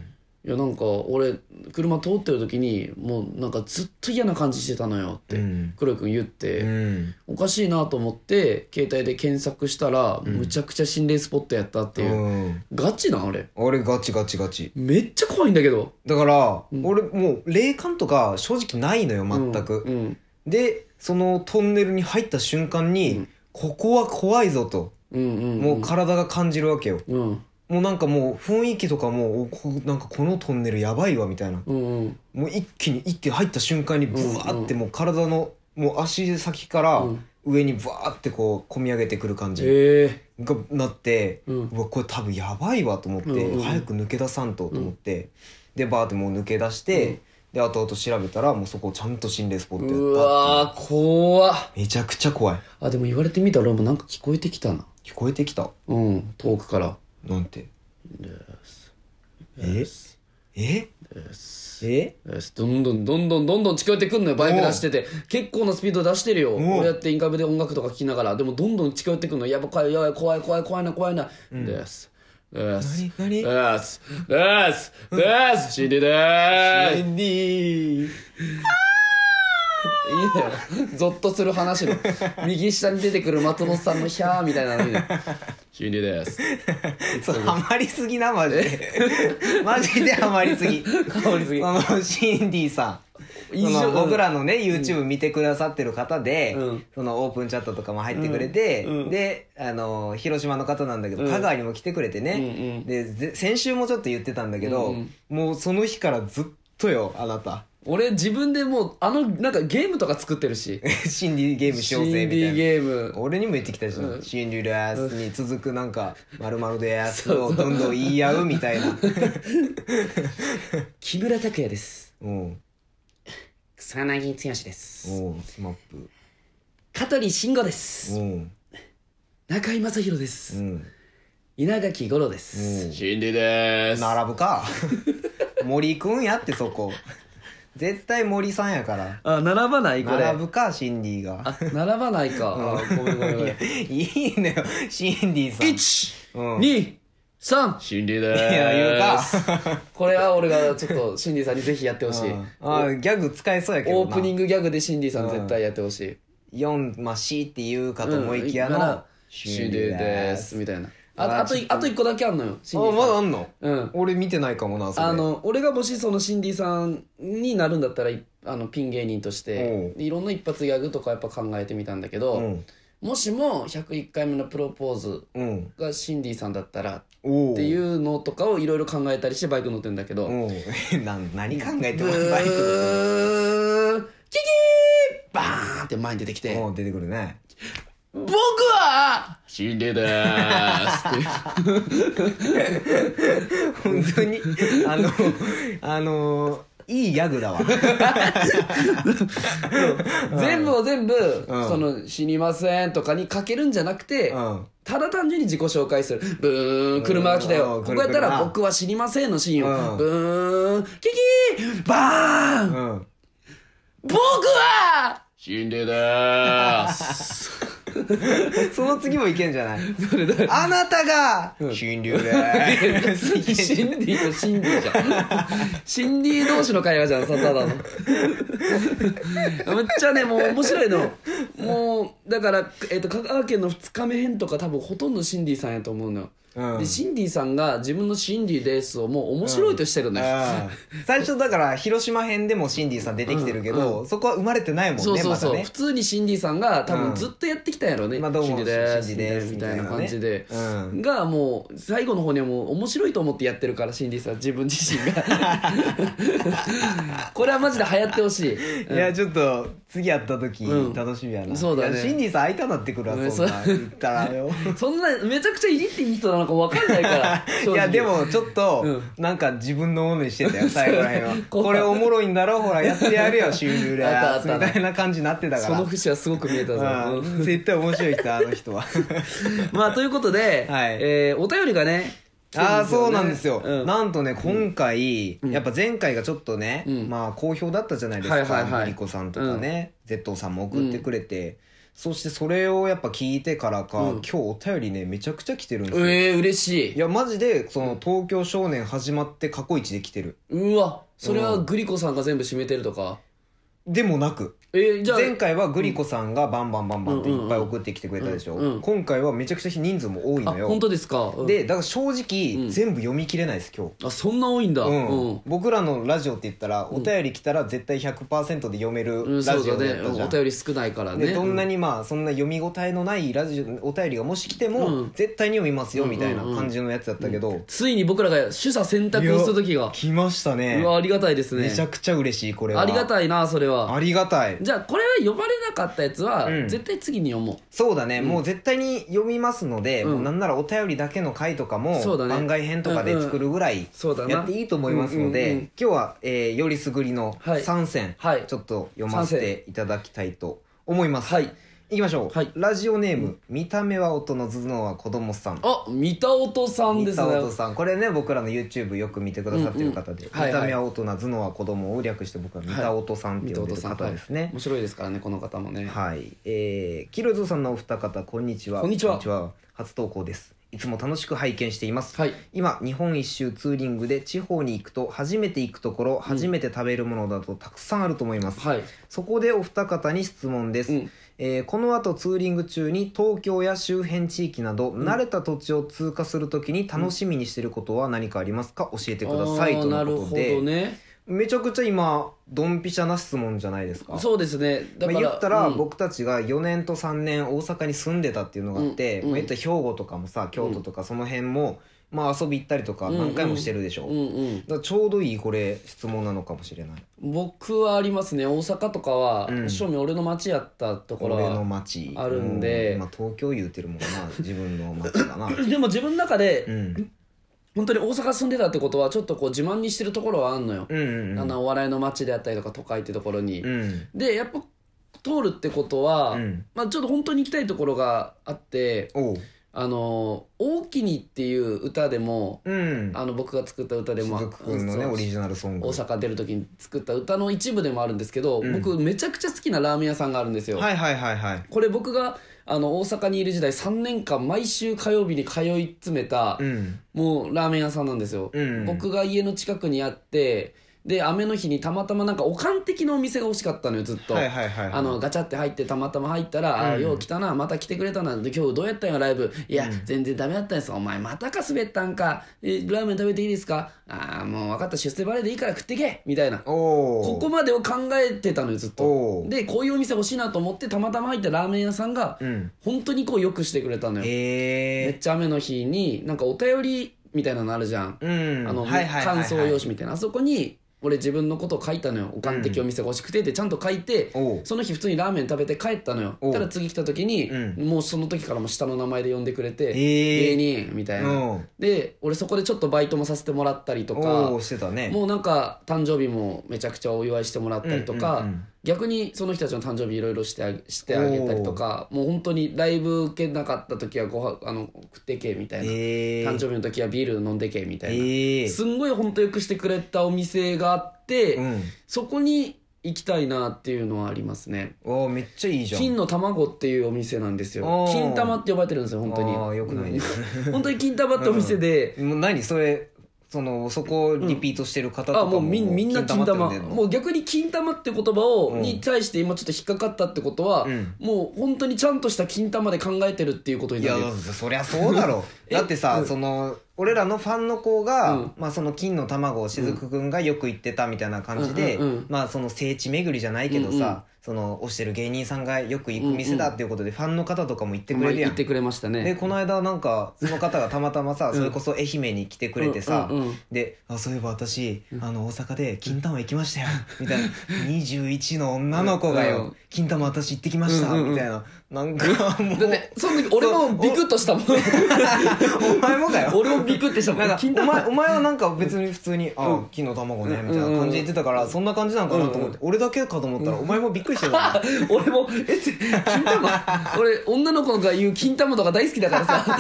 Speaker 1: やなんか俺車通ってる時にもうなんかずっと嫌な感じしてたのよ」って、
Speaker 2: うん
Speaker 1: 黒井君言って、
Speaker 2: うん
Speaker 1: おかしいなと思って携帯で検索したら、むちゃくちゃ心霊スポットやったっていう、
Speaker 2: うん
Speaker 1: ガチなんあれ
Speaker 2: 俺ガチガチガチ
Speaker 1: めっちゃ怖いんだけど
Speaker 2: だから、俺もう霊感とか正直ないのよ全く、
Speaker 1: うんうん
Speaker 2: でそのトンネルに入った瞬間に、ここは怖いぞと
Speaker 1: うんうん
Speaker 2: もう体が感じるわけよ、
Speaker 1: うん
Speaker 2: もうなんかもう雰囲気とかもおこなんかこのトンネルやばいわみたいな
Speaker 1: うんうん
Speaker 2: もう一気に一気に入った瞬間にブワーってもう体のもう足先から
Speaker 1: うん
Speaker 2: 上にブワーってこう込み上げてくる感じ
Speaker 1: ええ
Speaker 2: がなって、
Speaker 1: うん
Speaker 2: うわこれ多分やばいわと思って、
Speaker 1: うんうん
Speaker 2: 早く抜け出さんとと思って、でバーってもう抜け出して、
Speaker 1: うん
Speaker 2: で後々調べたらもうそこちゃんと心霊スポットやったっていう
Speaker 1: うわー怖っ
Speaker 2: めちゃくちゃ怖い
Speaker 1: あでも言われてみたら俺もなんか聞こえてきたな
Speaker 2: 聞こえてきた
Speaker 1: うん遠くから
Speaker 2: なんて
Speaker 1: え
Speaker 2: ええ
Speaker 1: え
Speaker 2: え
Speaker 1: どんどんどんどんどんどん近寄ってくんのよバイク
Speaker 2: おう
Speaker 1: 出してて結構なスピード出してるよ
Speaker 2: おう
Speaker 1: 俺やってインカムで音楽とか聴きながらでもどんどん近寄ってくんのやば怖いやばい怖い怖い怖いな怖いな、ですです
Speaker 2: 何
Speaker 1: ですですです死にでーすいい
Speaker 2: エンディー
Speaker 1: ねゾッとする話の右下に出てくる松本さんのヒャーみたいなのに死にです
Speaker 2: そうハマりすぎなマジで マジでハマりすぎ
Speaker 1: かぶりすぎ
Speaker 2: あのシンディさん
Speaker 1: 以上
Speaker 2: その僕らのね YouTube 見てくださってる方で、
Speaker 1: うん
Speaker 2: そのオープンチャットとかも入ってくれて、
Speaker 1: うんうん
Speaker 2: であの広島の方なんだけど、
Speaker 1: うん
Speaker 2: 香川にも来てくれてね、
Speaker 1: うんうん
Speaker 2: でぜ先週もちょっと言ってたんだけど、
Speaker 1: うんうん
Speaker 2: もうその日からずっとよあなた
Speaker 1: 俺自分でもうあのなんかゲームとか作ってるし
Speaker 2: シンディゲームしようぜみたい
Speaker 1: CD
Speaker 2: な。
Speaker 1: ゲーム
Speaker 2: 俺にも言ってきたし、
Speaker 1: うん
Speaker 2: シンディラースに続くなんか、まるまるでーすをどんどん言い合うみたいな。
Speaker 1: 木村拓哉です
Speaker 2: うん。
Speaker 1: 草薙剛です
Speaker 2: おうスマップ
Speaker 1: 香取慎吾です
Speaker 2: うん
Speaker 1: 中居正広で
Speaker 2: う
Speaker 1: す
Speaker 2: ん
Speaker 1: 稲垣吾郎で
Speaker 2: うん
Speaker 1: す心理です
Speaker 2: 並ぶか 森くんやってそこ絶対森さんやから
Speaker 1: あ並ばないこれ
Speaker 2: 並ぶかシンディが
Speaker 1: あ 並ばないかあごめんごめんごめん
Speaker 2: いいのよシンディさん
Speaker 1: 一
Speaker 2: うん
Speaker 1: 二三心理です
Speaker 2: いや言うか
Speaker 1: これは俺がちょっとシンディさんにぜひやってほしい
Speaker 2: うんあギャグ使えそうやけど
Speaker 1: オ
Speaker 2: な
Speaker 1: ープニングギャグでシンディさん絶対やってほしい
Speaker 2: 4まあ C って言うかと思いきや
Speaker 1: うん
Speaker 2: の
Speaker 1: シンディですみたいな
Speaker 2: あ
Speaker 1: あ
Speaker 2: ー
Speaker 1: あと
Speaker 2: ちょっ
Speaker 1: い
Speaker 2: と
Speaker 1: あと一個だけあんのよシ
Speaker 2: あ
Speaker 1: ンディ
Speaker 2: まだ
Speaker 1: さ
Speaker 2: あ
Speaker 1: ん
Speaker 2: んの
Speaker 1: うん
Speaker 2: 俺見てないかもなそれ
Speaker 1: あの俺がもしそのシンディさんになるんだったらいあのピン芸人として
Speaker 2: お
Speaker 1: いろんな一発ギャグとかやっぱ考えてみたんだけ
Speaker 2: う
Speaker 1: ど
Speaker 2: ん
Speaker 1: もしも101回目のプロポーズ
Speaker 2: うん
Speaker 1: がシンディさんだったら
Speaker 2: お
Speaker 1: っていううのとかをいろいろ考えたりしてバイク乗ってんだけど
Speaker 2: おうなん 何考えて
Speaker 1: ブ
Speaker 2: もバイクだっ
Speaker 1: ーキキーバーンって前に出てき
Speaker 2: て
Speaker 1: て
Speaker 2: もう出てくるね
Speaker 1: 僕はシンディですっていう
Speaker 2: 本当にあのあのいいギャグだわ
Speaker 1: 全部を全部、
Speaker 2: ん
Speaker 1: その死にませんとかにかけるんじゃなくて、
Speaker 2: うん
Speaker 1: ただ単純に自己紹介するブーン車が来た
Speaker 2: う
Speaker 1: よ
Speaker 2: ん
Speaker 1: ここやったら
Speaker 2: 車
Speaker 1: 僕は死にませんのシーンを、
Speaker 2: うん
Speaker 1: ブーンキキーバーン、
Speaker 2: うん
Speaker 1: 僕は死んでです
Speaker 2: その次もいけんじゃない
Speaker 1: どれどれ
Speaker 2: あなたが新流で す
Speaker 1: シンディとシンディじゃん。シンディ同士の会話じゃん、さただの。めっちゃね、もう面白いの。もう、だから、えっ、と、香川県の2日目編とか多分ほとんどシンディさんやと思うのよ。
Speaker 2: うん
Speaker 1: で、シンディさんが自分のシンディですをもう面白いとしてるのよ。
Speaker 2: 最初だから広島編でもシンディさん出てきてるけど、そこは生まれてないもんね
Speaker 1: そうそうそう、
Speaker 2: まだね
Speaker 1: 普通にシンディさんが多
Speaker 2: う
Speaker 1: 分
Speaker 2: ん
Speaker 1: ずっとやってきたんやろうね、
Speaker 2: まあどうも
Speaker 1: シンディです
Speaker 2: シンディです
Speaker 1: みたいな
Speaker 2: みたいなね
Speaker 1: 感じで、
Speaker 2: うん
Speaker 1: がもう最後の方にはもう面白いと思ってやってるからシンディさん自分自身が これはマジで流行ってほしい、うん
Speaker 2: いやちょっと次会った時
Speaker 1: うん
Speaker 2: 楽しみやな、
Speaker 1: そうだね
Speaker 2: いやシンディさん会いたなってくるわ
Speaker 1: うん
Speaker 2: そんな言ったらよ
Speaker 1: そんなめちゃくちゃいじっていい人なのか分かんないから
Speaker 2: いやでもちょっと、
Speaker 1: うん
Speaker 2: なんか自分のものにしてた よ最後らへんは
Speaker 1: こう
Speaker 2: これおもろいんだろほらやってやるよ新流で
Speaker 1: あったあ
Speaker 2: や
Speaker 1: っ
Speaker 2: み
Speaker 1: た
Speaker 2: たいな感じになってた
Speaker 1: そ
Speaker 2: か
Speaker 1: の節はすごく見えたぞ、
Speaker 2: ら、う
Speaker 1: う ん
Speaker 2: ん、絶対面白い人あの人 は
Speaker 1: まあということで、
Speaker 2: はい
Speaker 1: えーお便りがね来てる
Speaker 2: ああ
Speaker 1: ですよね
Speaker 2: そうなんですよ、
Speaker 1: うん
Speaker 2: なんとね今回、やっぱ前回がちょっとね、
Speaker 1: うん
Speaker 2: まあ好評だったじゃないです
Speaker 1: はいはいは
Speaker 2: か
Speaker 1: い
Speaker 2: リリコさんとかね、Z さんも送ってくれて、そしてそれをやっぱ聞いてからか、
Speaker 1: うん
Speaker 2: 今日お便りねめちゃくちゃ来てるんですよ、
Speaker 1: えー、嬉しい
Speaker 2: いやマジでその東京少年始まって過去一で来てる
Speaker 1: うわそれはグリコさんが全部締めてるとか、
Speaker 2: でもなく
Speaker 1: えーじゃあ
Speaker 2: 前回はグリコさんがバンバンバンバンって
Speaker 1: うんうん
Speaker 2: いっぱい送ってきてくれたでしょ、
Speaker 1: うんうん
Speaker 2: 今回はめちゃくちゃ人数も多い
Speaker 1: あ
Speaker 2: のよ
Speaker 1: 本当ですか、うん
Speaker 2: でだから正直、
Speaker 1: うん
Speaker 2: 全部読み切れないです今日
Speaker 1: あそんな多いんだ
Speaker 2: うん
Speaker 1: うん
Speaker 2: 僕らのラジオって言ったらお便り来たら絶対100%で読め
Speaker 1: う
Speaker 2: る
Speaker 1: ん
Speaker 2: ラ
Speaker 1: そう
Speaker 2: ジ
Speaker 1: だ
Speaker 2: オ
Speaker 1: ね
Speaker 2: だったじゃ
Speaker 1: お
Speaker 2: ん、
Speaker 1: 便り少ないからね
Speaker 2: でどんな
Speaker 1: に
Speaker 2: にまあそんな読み応えのないラジオお便りがもし来ても、
Speaker 1: うん
Speaker 2: 絶対に読みますよみたいな感じのやつだったけど、
Speaker 1: ついに僕らが取捨選択をする時が
Speaker 2: 来ましたね
Speaker 1: うわありがたいですね
Speaker 2: めちゃくちゃ嬉しいこれは
Speaker 1: ありがたいなそれは
Speaker 2: ありがたい
Speaker 1: じゃあこれは呼ばれなかったやつは、
Speaker 2: うん
Speaker 1: 絶対次に読もう
Speaker 2: そうだね、もう絶対に読みますので、
Speaker 1: うん
Speaker 2: もうなんならお便りだけの回とかも、
Speaker 1: そうだね
Speaker 2: 番外編とかで作るぐらい
Speaker 1: そうだな
Speaker 2: やっていいと思いますので、
Speaker 1: うんうんうん
Speaker 2: 今日は、えーよりすぐりの
Speaker 1: はい
Speaker 2: 3選、
Speaker 1: はい
Speaker 2: ちょっと読ませていただきたいと思います。
Speaker 1: はい
Speaker 2: いきましょう、
Speaker 1: はい
Speaker 2: ラジオネーム、見た目は大人頭脳は子供さん。
Speaker 1: あ三田音さん
Speaker 2: 三
Speaker 1: です
Speaker 2: 田
Speaker 1: ね
Speaker 2: 音さんこれね僕らの YouTube よく見てくださってる方で、
Speaker 1: うんうんはいは
Speaker 2: 見
Speaker 1: い
Speaker 2: た目は大人頭脳は子供を略して僕は三田音さんって
Speaker 1: 三田
Speaker 2: 呼んで
Speaker 1: 音
Speaker 2: る
Speaker 1: さん
Speaker 2: 方ですね、
Speaker 1: はい面白いですからねこの方もね、
Speaker 2: はい、えー、キロゾさんのお二方こんにちは
Speaker 1: こんにちは
Speaker 2: 初投稿ですいつも楽しく拝見しています、
Speaker 1: はい
Speaker 2: 今日本一周ツーリングで地方に行くと初めて行くところ初めて食べるものだとたくさんあると思います、
Speaker 1: はい
Speaker 2: そこでお二方に質問です、
Speaker 1: うん
Speaker 2: えーこの後ツーリング中に東京や周辺地域など慣れた土地を通過するときに楽しみにしてることは何かありますか教えてください
Speaker 1: あー
Speaker 2: と
Speaker 1: な
Speaker 2: の
Speaker 1: る
Speaker 2: こ
Speaker 1: ほ
Speaker 2: とで、
Speaker 1: どね
Speaker 2: めちゃくちゃ今ドンピシャな質問じゃないですか
Speaker 1: そうですねだから、
Speaker 2: まあ、言ったら
Speaker 1: うん
Speaker 2: 僕たちが4年と3年大阪に住んでたっていうのがあって、
Speaker 1: うんうん
Speaker 2: まあ、言ったら兵庫とかもさ京都とかその辺も、まあ、遊び行ったりとか
Speaker 1: うん
Speaker 2: 何回もしてるでしょ、
Speaker 1: うんうん
Speaker 2: だからちょうどいいこれ質問なのかもしれない
Speaker 1: 僕はありますね大阪とかは、
Speaker 2: うん
Speaker 1: 正味俺の町やったところ
Speaker 2: 俺の
Speaker 1: は
Speaker 2: 町
Speaker 1: あるんで
Speaker 2: うまあ、東京言うてるも んな自分の町かな
Speaker 1: でも自分の中で、
Speaker 2: うん
Speaker 1: 本当に大阪住んでたってことはちょっとこう自慢にしてるところはあんのよ、
Speaker 2: うんうんう
Speaker 1: あ
Speaker 2: ん
Speaker 1: のお笑いの街であったりとか都会ってところに、
Speaker 2: うん
Speaker 1: でやっぱ通るってことは、
Speaker 2: うん
Speaker 1: まあ、ちょっと本当に行きたいところがあって
Speaker 2: おう
Speaker 1: あの「大きに」っていう歌でも、
Speaker 2: うん
Speaker 1: あの僕が作った歌でも
Speaker 2: 雫くんのね
Speaker 1: そう
Speaker 2: オリジナルソング
Speaker 1: 大阪出る時に作った歌の一部でもあるんですけど、
Speaker 2: うん
Speaker 1: 僕めちゃくちゃ好きなラーメン屋さんがあるんですよ、
Speaker 2: はいはいはいはい
Speaker 1: これ僕があの大阪にいる時代3年間毎週火曜日に通い詰めた、
Speaker 2: うん
Speaker 1: もうラーメン屋さんなんですよ、
Speaker 2: うん
Speaker 1: 僕が家の近くにあってで雨の日にたまたまなんかおかん的なお店が欲しかったのよずっと、
Speaker 2: はいはいはいはい
Speaker 1: あのガチャって入ってたまたま入ったら「ああ
Speaker 2: うん
Speaker 1: よう来たなまた来てくれたな」で今日どうやったんやライブ「いや、全然ダメだったんですお前またか滑ったんかえラーメン食べていいですかああもう分かった出世バレーでいいから食ってけ」みたいな
Speaker 2: お
Speaker 1: こ
Speaker 2: う
Speaker 1: こまでを考えてたのよずっと
Speaker 2: おう
Speaker 1: でこういうお店欲しいなと思ってたまたま入ったラーメン屋さんが、
Speaker 2: うん
Speaker 1: 本当にこうよくしてくれたのよめっ
Speaker 2: え
Speaker 1: ちゃ雨の日になんかお便りみたいなのあるじゃん、
Speaker 2: ー、うん
Speaker 1: あの、
Speaker 2: はいはいはいはい
Speaker 1: 感想用紙みたいなあそこに俺自分のことを書いたのよおかん的お店が欲しくてってちゃんと書いて、
Speaker 2: おう
Speaker 1: その日普通にラーメン食べて帰ったのよ
Speaker 2: おう
Speaker 1: ただ次来た時に、
Speaker 2: う
Speaker 1: もうその時からもう下の名前で呼んでくれて、
Speaker 2: へえ
Speaker 1: 芸人みたいな、
Speaker 2: うん
Speaker 1: で俺そこでちょっとバイトもさせてもらったりとか
Speaker 2: おおしてたね
Speaker 1: もうなんか誕生日もめちゃくちゃお祝いしてもらったりとか、
Speaker 2: うんうんうん
Speaker 1: 逆にその人たちの誕生日いろいろしてあげしてあげたりとかもう本当にライブ受けなかった時はごはあの食ってけみたいな、
Speaker 2: ええ
Speaker 1: 誕生日の時はビール飲んでけみたいな、
Speaker 2: ええ
Speaker 1: すんごい本当よくしてくれたお店があって、
Speaker 2: うん
Speaker 1: そこに行きたいなっていうのはありますね
Speaker 2: おーめっちゃいいじゃん
Speaker 1: 金の卵っていうお店なんですよ
Speaker 2: おー
Speaker 1: 金玉って呼ばれてるんですよ本当に
Speaker 2: あーよくないね
Speaker 1: うん本当に金玉ってお店で、
Speaker 2: もう何それそのそこをリピートしてる方とか
Speaker 1: あもうみみんな金玉
Speaker 2: って呼んでんの
Speaker 1: もう逆に金玉って言葉を、
Speaker 2: うん
Speaker 1: に対して今ちょっと引っかかったってことは、
Speaker 2: うん
Speaker 1: もう本当にちゃんとした金玉で考えてるっていうことに
Speaker 2: い
Speaker 1: な
Speaker 2: や
Speaker 1: るよ
Speaker 2: そりゃそうだろ
Speaker 1: え
Speaker 2: だってさ、その俺らのファンの子が、
Speaker 1: うん
Speaker 2: まあ、その金の卵をしずくくんがよく言ってたみたいな感じで、
Speaker 1: うんうんうん
Speaker 2: まあ、その聖地巡りじゃないけどさ、
Speaker 1: うんうん
Speaker 2: その推してる芸人さんがよく行く店だっていうことで、ファンの方とかも行ってくれるや
Speaker 1: 言
Speaker 2: ん、
Speaker 1: ってくれました
Speaker 2: で
Speaker 1: ね
Speaker 2: この間なんかその方がたまたまさ、それこそ愛媛に来てくれてさ、
Speaker 1: うんうんうん
Speaker 2: であそういえば私、あの大阪で金玉行きましたよみたいな21の女の子がよ、
Speaker 1: うん
Speaker 2: 金玉私行ってきました、
Speaker 1: うんうんうん
Speaker 2: みたいななんかもう
Speaker 1: だってその時俺もビクッと したもん
Speaker 2: お前もだよ
Speaker 1: 俺もビクッてしたも
Speaker 2: なん
Speaker 1: ん
Speaker 2: か
Speaker 1: 金
Speaker 2: お
Speaker 1: 玉
Speaker 2: 前お前はなんか別に普通に「あ金の卵ね」みたいな感じで言ってたからそんな感じなのかなと思って俺だけかと思ったらお前もびっくりしてた
Speaker 1: 俺もえって金玉俺女の子が言う金玉とか大好きだから さ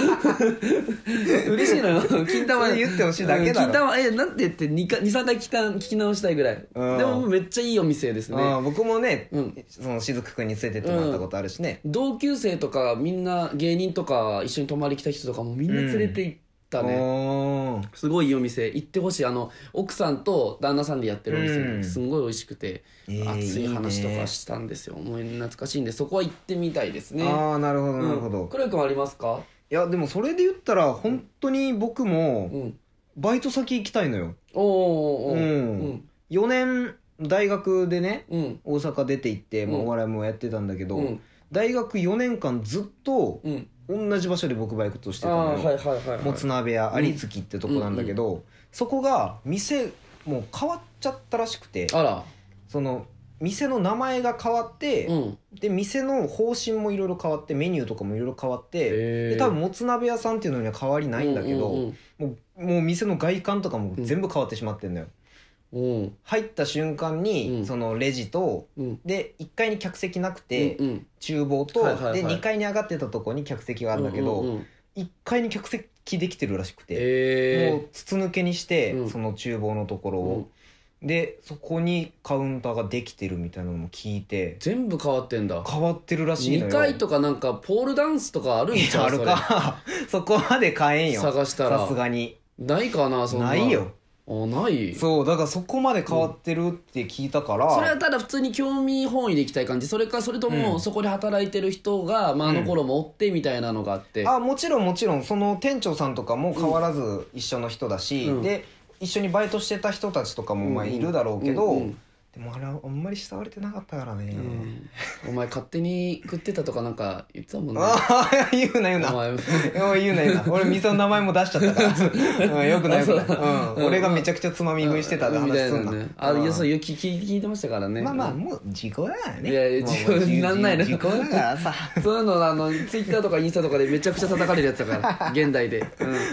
Speaker 1: 嬉しいのよ金玉
Speaker 2: それ言ってほしいだけだろ
Speaker 1: うん金玉えなんて言って23回聞きた聞き直したいぐらいで
Speaker 2: うん
Speaker 1: もめっちゃいいお店ですね
Speaker 2: あ僕もね
Speaker 1: うん
Speaker 2: そのしずくくんに連れてってもらったことあるしね
Speaker 1: 同級生とかみんな芸人とか一緒に泊まり来た人とかもみんな連れて行ったね、
Speaker 2: おー
Speaker 1: すごいいいお店行ってほしいあの奥さんと旦那さんでやってるお店、
Speaker 2: うん
Speaker 1: すんごい美味しくて、
Speaker 2: えー
Speaker 1: 熱い話と
Speaker 2: いい
Speaker 1: か
Speaker 2: ね
Speaker 1: したんですよ思い懐かしいんでそこは行ってみたいですね
Speaker 2: ああなるほどなるほ
Speaker 1: うん
Speaker 2: ど
Speaker 1: 黒井君ありますか
Speaker 2: いやでもそれで言ったら本当に僕
Speaker 1: う
Speaker 2: も
Speaker 1: ん
Speaker 2: バイト先行きたいのよ
Speaker 1: おおおーおー
Speaker 2: うん4年大学でね
Speaker 1: うんうん
Speaker 2: 大阪出て行ってま
Speaker 1: う
Speaker 2: あ
Speaker 1: ん
Speaker 2: お笑いもやってたんだけ
Speaker 1: う
Speaker 2: ど
Speaker 1: ん
Speaker 2: 大学4年間ずっと
Speaker 1: うん
Speaker 2: 同じ場所で僕バイトして
Speaker 1: あ
Speaker 2: たの
Speaker 1: あ
Speaker 2: よ、
Speaker 1: ーはいはいはい、はい、
Speaker 2: もつ鍋屋有月ってとこなんだけど、そこが店もう変わっちゃったらしくて
Speaker 1: あら
Speaker 2: その店の名前が変わって、
Speaker 1: うん
Speaker 2: で店の方針もいろいろ変わってメニューとかもいろいろ変わって、
Speaker 1: え
Speaker 2: で多分もつ鍋屋さんっていうのには変わりないんだけど、
Speaker 1: うん
Speaker 2: もうもう店の外観とかも全部変わってしまってんだよ、
Speaker 1: うんうん
Speaker 2: 入った瞬間に、
Speaker 1: うん
Speaker 2: そのレジと
Speaker 1: うん
Speaker 2: で1階に客席なくて、
Speaker 1: うんうん
Speaker 2: 厨房と、
Speaker 1: はいはいはい
Speaker 2: で2階に上がってたとこに客席があるんだけど、
Speaker 1: うんうんうん
Speaker 2: 1階に客席できてるらしくて、
Speaker 1: え
Speaker 2: もう筒抜けにして、
Speaker 1: うん
Speaker 2: その厨房のところを、でそこにカウンターができてるみたいなのも聞いて
Speaker 1: 全部変わってんだ
Speaker 2: 変わってるらしいの
Speaker 1: 2
Speaker 2: よ
Speaker 1: 回とかなんかポールダンスとかあるん
Speaker 2: い
Speaker 1: ちゃ
Speaker 2: や
Speaker 1: う
Speaker 2: あるか そこまで買えん
Speaker 1: それ
Speaker 2: よ
Speaker 1: 探したら
Speaker 2: さすがに
Speaker 1: ないかなそんな
Speaker 2: ないよ
Speaker 1: あないそ
Speaker 2: そうだからそこまで変わってるって聞いたから、
Speaker 1: れはただ普通に興味本位でいきたい感じそれかそれと
Speaker 2: う
Speaker 1: も
Speaker 2: ん
Speaker 1: そこで働いてる人が、まあ、あの頃もおってみたいなのがあって、
Speaker 2: あもちろんもちろんその店長さんとかも変わらず一緒の人だし、
Speaker 1: うん
Speaker 2: で一緒にバイトしてた人たちとかもまあ
Speaker 1: うんうん
Speaker 2: いるだろうけど、
Speaker 1: うんうん
Speaker 2: でもあれはあんまり慕われてなかったからね、
Speaker 1: うんお前勝手に食ってたとかなんか言ってたもんね
Speaker 2: ああ 言うな言う
Speaker 1: お
Speaker 2: な
Speaker 1: 前
Speaker 2: おい言うな言うな俺店の名前も出しちゃっ たから、うん、よくないよくない、
Speaker 1: あそう
Speaker 2: うん俺がめちゃくちゃつまみ食いしてたって
Speaker 1: みた
Speaker 2: 話
Speaker 1: い
Speaker 2: すん
Speaker 1: な
Speaker 2: な、
Speaker 1: ねあいやそう
Speaker 2: う
Speaker 1: いう聞き聞いてましたからね
Speaker 2: んまあまあもう時効だからね
Speaker 1: いやいや
Speaker 2: もう
Speaker 1: 時効
Speaker 2: もうじ
Speaker 1: なんないの
Speaker 2: じ時効だからさ
Speaker 1: そういうのあのツイッターとかインスタとかでめちゃくちゃ叩かれるやつだ から現代で、うん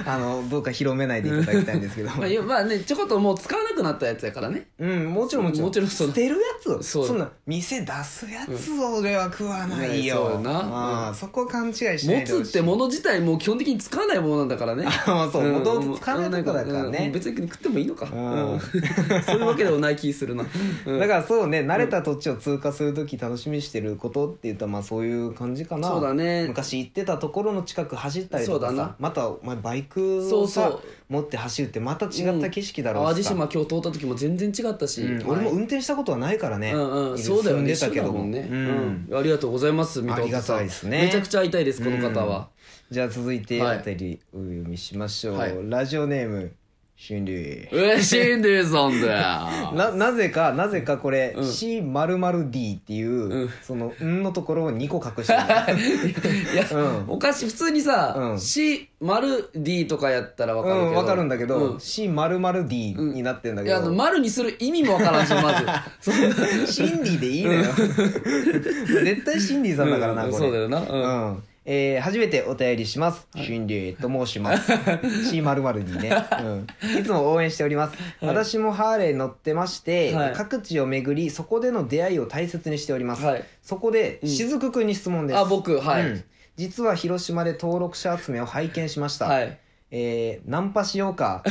Speaker 2: あのどうか広めないでいただきたいんですけど
Speaker 1: まあいや、まあねちょこっともう使わなくなったやつやからね
Speaker 2: うんもちろんもちろん
Speaker 1: もちろんその
Speaker 2: 捨てるやつを
Speaker 1: そ
Speaker 2: そう
Speaker 1: だ
Speaker 2: んな店出すやつを俺は食わない
Speaker 1: うん
Speaker 2: よ、
Speaker 1: そうだな
Speaker 2: まあ
Speaker 1: うん
Speaker 2: そこ勘違いしな
Speaker 1: 持
Speaker 2: いでほ
Speaker 1: つ
Speaker 2: しい
Speaker 1: ってもの自体もう基本的に使わないものなんだからね
Speaker 2: まあ そう
Speaker 1: うん
Speaker 2: もともと使わないとこだから
Speaker 1: うん
Speaker 2: ね、
Speaker 1: 別に食ってもいいのか、
Speaker 2: うん
Speaker 1: うん そういうわけでもない気するな、うん
Speaker 2: だからそうね慣れた土地を通過する時楽しみにしてることって言ったらまあそういう感じかな
Speaker 1: そうだね
Speaker 2: 昔行ってたところの近く走ったりと
Speaker 1: そ
Speaker 2: か
Speaker 1: うだ
Speaker 2: さ
Speaker 1: な
Speaker 2: またお前バイク
Speaker 1: そ
Speaker 2: を
Speaker 1: う
Speaker 2: さ
Speaker 1: そう
Speaker 2: 持って走るってまた違った景色だろ
Speaker 1: 淡
Speaker 2: うし
Speaker 1: 路
Speaker 2: さ、
Speaker 1: 島今日通った時も全然違ったし、
Speaker 2: うん
Speaker 1: はい
Speaker 2: 俺も運転したことはないからね、
Speaker 1: うんうん、
Speaker 2: い
Speaker 1: そうだよね
Speaker 2: 住んでた
Speaker 1: 一
Speaker 2: け
Speaker 1: 緒
Speaker 2: ど
Speaker 1: だもんね、
Speaker 2: う
Speaker 1: うんんありがとうございます水戸
Speaker 2: ありがたいですね
Speaker 1: めちゃくちゃ会いたいですこの方は、
Speaker 2: じゃあ続いて
Speaker 1: はい
Speaker 2: お便りお読みしましょう、
Speaker 1: はい
Speaker 2: ラジオネームシンディ
Speaker 1: 嬉しいんですほんとや
Speaker 2: ななぜかなぜかこれ
Speaker 1: うん
Speaker 2: C○○D っていう、
Speaker 1: うん
Speaker 2: その「ん」のところを2個隠してる
Speaker 1: いや、
Speaker 2: うん
Speaker 1: おかしい普通にさ、
Speaker 2: うん
Speaker 1: C 丸 D とかやったらわかるけど、
Speaker 2: うん、わかるんだけど、
Speaker 1: うん
Speaker 2: C○○D になってるんだ
Speaker 1: い
Speaker 2: け
Speaker 1: やあ
Speaker 2: ど、
Speaker 1: の丸にする意味もわからんしまずそ んな
Speaker 2: シンディでいいのよ 絶対シンディさんだからな、
Speaker 1: うん
Speaker 2: これ
Speaker 1: そうだよなうん
Speaker 2: うんえー初めてお便りします。シンディと申します。C○○にね、 うん。いつも応援しております。私もハーレー乗ってまして、
Speaker 1: はい
Speaker 2: 各地を巡り、そこでの出会いを大切にしております。
Speaker 1: はい
Speaker 2: そこで、
Speaker 1: うん
Speaker 2: しずくくんに質問です。
Speaker 1: あ僕はい、
Speaker 2: うん実は広島で登録者集めを拝見しました。
Speaker 1: はい
Speaker 2: えーナンパしようか。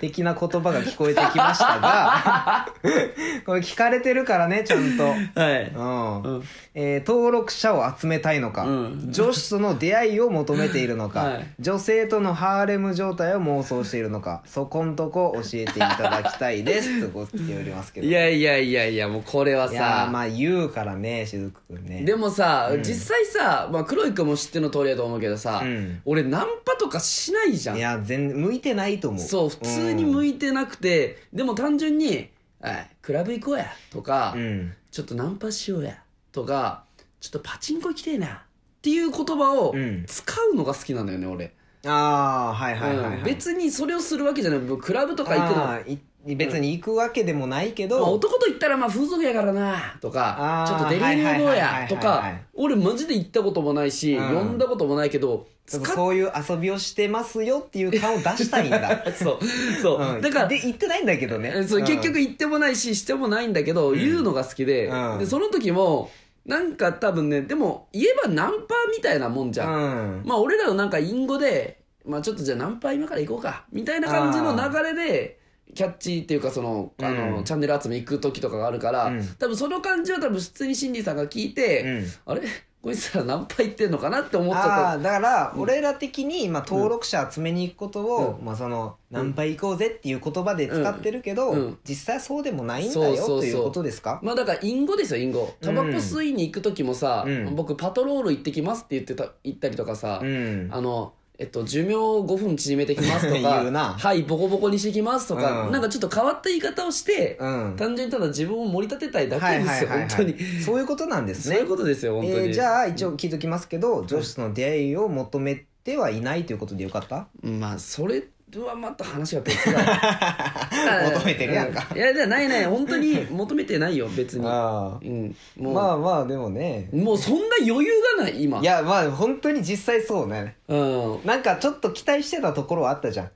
Speaker 2: 的な言葉が聞こえてきましたが、 これ聞かれてるからね、ちゃんと。
Speaker 1: はい、
Speaker 2: うん
Speaker 1: うん
Speaker 2: えー登録者を集めたいのか、
Speaker 1: うん
Speaker 2: 女子との出会いを求めているのか、
Speaker 1: はい
Speaker 2: 女性とのハーレム状態を妄想しているのかそこんとこ教えていただきたいですとこう来ておりますけど
Speaker 1: いやいやいやいやもうこれはいさ
Speaker 2: やーまあ言うからねしずくくんね
Speaker 1: でもさ、実際さ、まあ、黒井君も知っての通りだと思うけどさ、
Speaker 2: うん
Speaker 1: 俺ナンパとかしないじゃん
Speaker 2: いや全向いてないと思う
Speaker 1: そう普通に向いてなくて、でも単純に「はいクラブ行こうや」とか、
Speaker 2: うん
Speaker 1: ちょっとナンパしようや」とか「ちょっとパチンコ行きてえな」っていう言葉を
Speaker 2: うん
Speaker 1: 使うのが好きなんだよね俺、
Speaker 2: ああはいはいはい、はい
Speaker 1: うん別にそれをするわけじゃないもうクラブとか行くの
Speaker 2: あーい別に行くわけでもないけど、
Speaker 1: まあ、男と言ったらまあ風俗やからなとか
Speaker 2: あー
Speaker 1: ちょっとデリヘルボー
Speaker 2: はいはいはいはいは
Speaker 1: や
Speaker 2: い
Speaker 1: とか俺マジで行ったこともないし、
Speaker 2: うん
Speaker 1: 呼んだこともないけど使
Speaker 2: でも
Speaker 1: っ
Speaker 2: そういう遊びをしてますよっていう顔を出したい んだ
Speaker 1: そうそう、
Speaker 2: うん
Speaker 1: だから
Speaker 2: で行ってないんだけどね
Speaker 1: そう、
Speaker 2: ん
Speaker 1: 結局言ってもないししてもないんだけど、言うのが好きで,、
Speaker 2: うん
Speaker 1: でその時もなんか多分ねでも言えばナンパみたいなもんじ
Speaker 2: う
Speaker 1: ゃん、
Speaker 2: ん
Speaker 1: まあ俺らのなんか隠語で、まあ、ちょっとじゃあナンパ今から行こうかみたいな感じの流れでキャッチっていうかそのあの、
Speaker 2: うん
Speaker 1: チャンネル集め行く時とかがあるから、
Speaker 2: うん
Speaker 1: 多分その感じは多分普通にシンディさんが聞いて、
Speaker 2: うん
Speaker 1: あれこいつらナンパ行ってんのかなって思っちゃった
Speaker 2: ああだから俺ら的にまあ登録者集めに行くことをまあその何倍行こうぜっていう言葉で使ってるけど
Speaker 1: うんうん
Speaker 2: 実際そうでもないんだ
Speaker 1: そうそう
Speaker 2: よ
Speaker 1: そう
Speaker 2: ということですか
Speaker 1: まあだから隠語ですよ隠語タバコ吸いに行く時もさ、
Speaker 2: うん
Speaker 1: 僕パトロール行ってきますって言ってた言ったりとかさ、
Speaker 2: うん
Speaker 1: あのえっと寿命を5分縮めてきますとか
Speaker 2: 言うな
Speaker 1: はいボコボコにしてきますとか、
Speaker 2: うん
Speaker 1: なんかちょっと変わった言い方をして、
Speaker 2: うん
Speaker 1: 単純にただ自分を盛り立てたいだ
Speaker 2: は
Speaker 1: け
Speaker 2: い
Speaker 1: で
Speaker 2: は
Speaker 1: す
Speaker 2: い
Speaker 1: よ、
Speaker 2: はいはい
Speaker 1: 本当に、
Speaker 2: そういうことなんです
Speaker 1: そう
Speaker 2: ね
Speaker 1: いうことですよ本当に、
Speaker 2: えーじゃあ一応聞いときますけど女子との出会いを求めてはいないということでよかった
Speaker 1: まあそれはまた話が別だ
Speaker 2: 求めてるやんか
Speaker 1: いやいやないない本当に求めてないよ別に
Speaker 2: あ
Speaker 1: うん
Speaker 2: あ
Speaker 1: もう、
Speaker 2: まあまあでもね
Speaker 1: もうそんな余裕がない今
Speaker 2: いやまあ本当に実際そうね
Speaker 1: うん
Speaker 2: なんかちょっと期待してたところはあったじゃん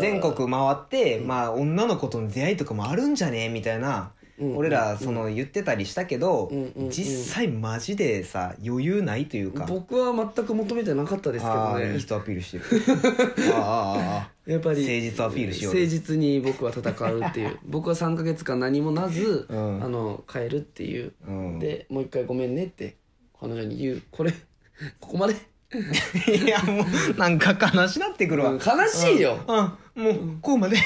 Speaker 2: 全国回って、まあ、女の子との出会いとかもあるんじゃねみたいな、
Speaker 1: うん
Speaker 2: 俺らその言ってたりしたけど、
Speaker 1: うんうんうん
Speaker 2: 実際マジでさ余裕ないというか
Speaker 1: 僕は全く求めてなかったですけ
Speaker 2: あ
Speaker 1: ど
Speaker 2: ーいい
Speaker 1: ね
Speaker 2: 人アピール してるあああ
Speaker 1: やっぱり
Speaker 2: 誠実アピールしようよ
Speaker 1: 誠実に僕は戦うって いう僕は3か月間何もなず、
Speaker 2: うん
Speaker 1: あの変えるっていう、
Speaker 2: ああうん
Speaker 1: でもう一回ごめんねって彼女に言うこれここまで
Speaker 2: いやもうなんか悲しなってくるわ、
Speaker 1: うん悲しいよ
Speaker 2: うんもうこ うまで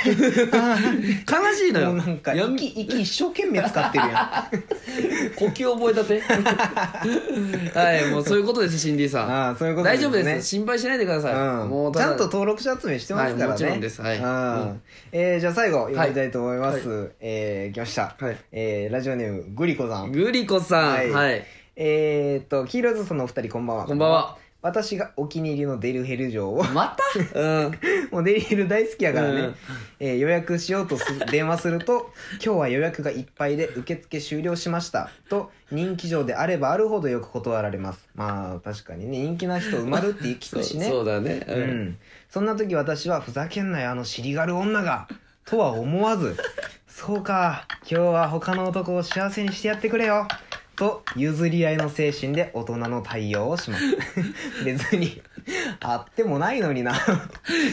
Speaker 2: あ
Speaker 1: 悲しい
Speaker 2: あ
Speaker 1: のよ
Speaker 2: もうなんか
Speaker 1: やん
Speaker 2: 息息一生懸命使って るやん
Speaker 1: 呼吸覚えたて はいもうそういうことですシンディさん
Speaker 2: ああそういうこと
Speaker 1: 大丈夫です心配しないでください、
Speaker 2: うん、
Speaker 1: た
Speaker 2: ち
Speaker 1: だ
Speaker 2: ゃんと登録者集めしてます
Speaker 1: は
Speaker 2: からね、
Speaker 1: いもちろんですはい
Speaker 2: うん
Speaker 1: うん
Speaker 2: えーじゃあ最後読みたいと思います、えー来ました、
Speaker 1: はい
Speaker 2: えーラジオネームグリコさん
Speaker 1: グリコさん
Speaker 2: はい
Speaker 1: はい
Speaker 2: えー、っと黄色ずさんのお二人こんばんは
Speaker 1: こんばんは
Speaker 2: 私がお気に入りのデルヘル城を
Speaker 1: またうん
Speaker 2: もうデルヘル大好きやからね、
Speaker 1: うん
Speaker 2: えー予約しようとす電話すると 「今日は予約がいっぱいで受付終了しました」と人気上であればあるほどよく断られますまあ確かにね人気な人埋まるって聞くしね
Speaker 1: そうそうだね、
Speaker 2: う、ん、そんな時私はふざけんなよあの尻軽女がとは思わずそうか今日は他の男を幸せにしてやってくれよと譲り合いの精神で大人の対応をします 別にあってもないのにな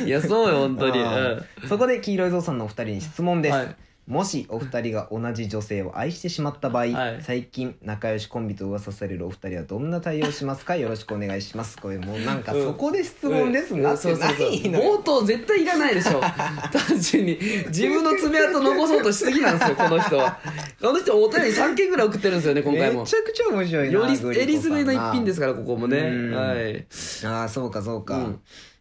Speaker 2: い
Speaker 1: やそうよ本当に、う
Speaker 2: あ
Speaker 1: ん
Speaker 2: ーそこで黄色いぞうさんのお二人に質問です、
Speaker 1: はい
Speaker 2: もしお二人が同じ女性を愛してしまった場合、
Speaker 1: はい
Speaker 2: 最近仲良しコンビと噂されるお二人はどんな対応しますかよろしくお願いしますこれもうなんか
Speaker 1: うん
Speaker 2: そこで質問ですなって
Speaker 1: うんそう
Speaker 2: な
Speaker 1: そうそう
Speaker 2: いのよ
Speaker 1: 冒頭絶対いらないでし ょ単純に自分の爪痕残そうとしすぎなんですよこの人はこの人お便り3件ぐらい送ってるんですよね今
Speaker 2: め
Speaker 1: 回
Speaker 2: ちゃ
Speaker 1: も
Speaker 2: くちゃ面白いな
Speaker 1: よ
Speaker 2: グリコさん
Speaker 1: り
Speaker 2: な
Speaker 1: えりすぐりの一品ですからここもね
Speaker 2: うん
Speaker 1: はい
Speaker 2: ああそうかそうか、
Speaker 1: うん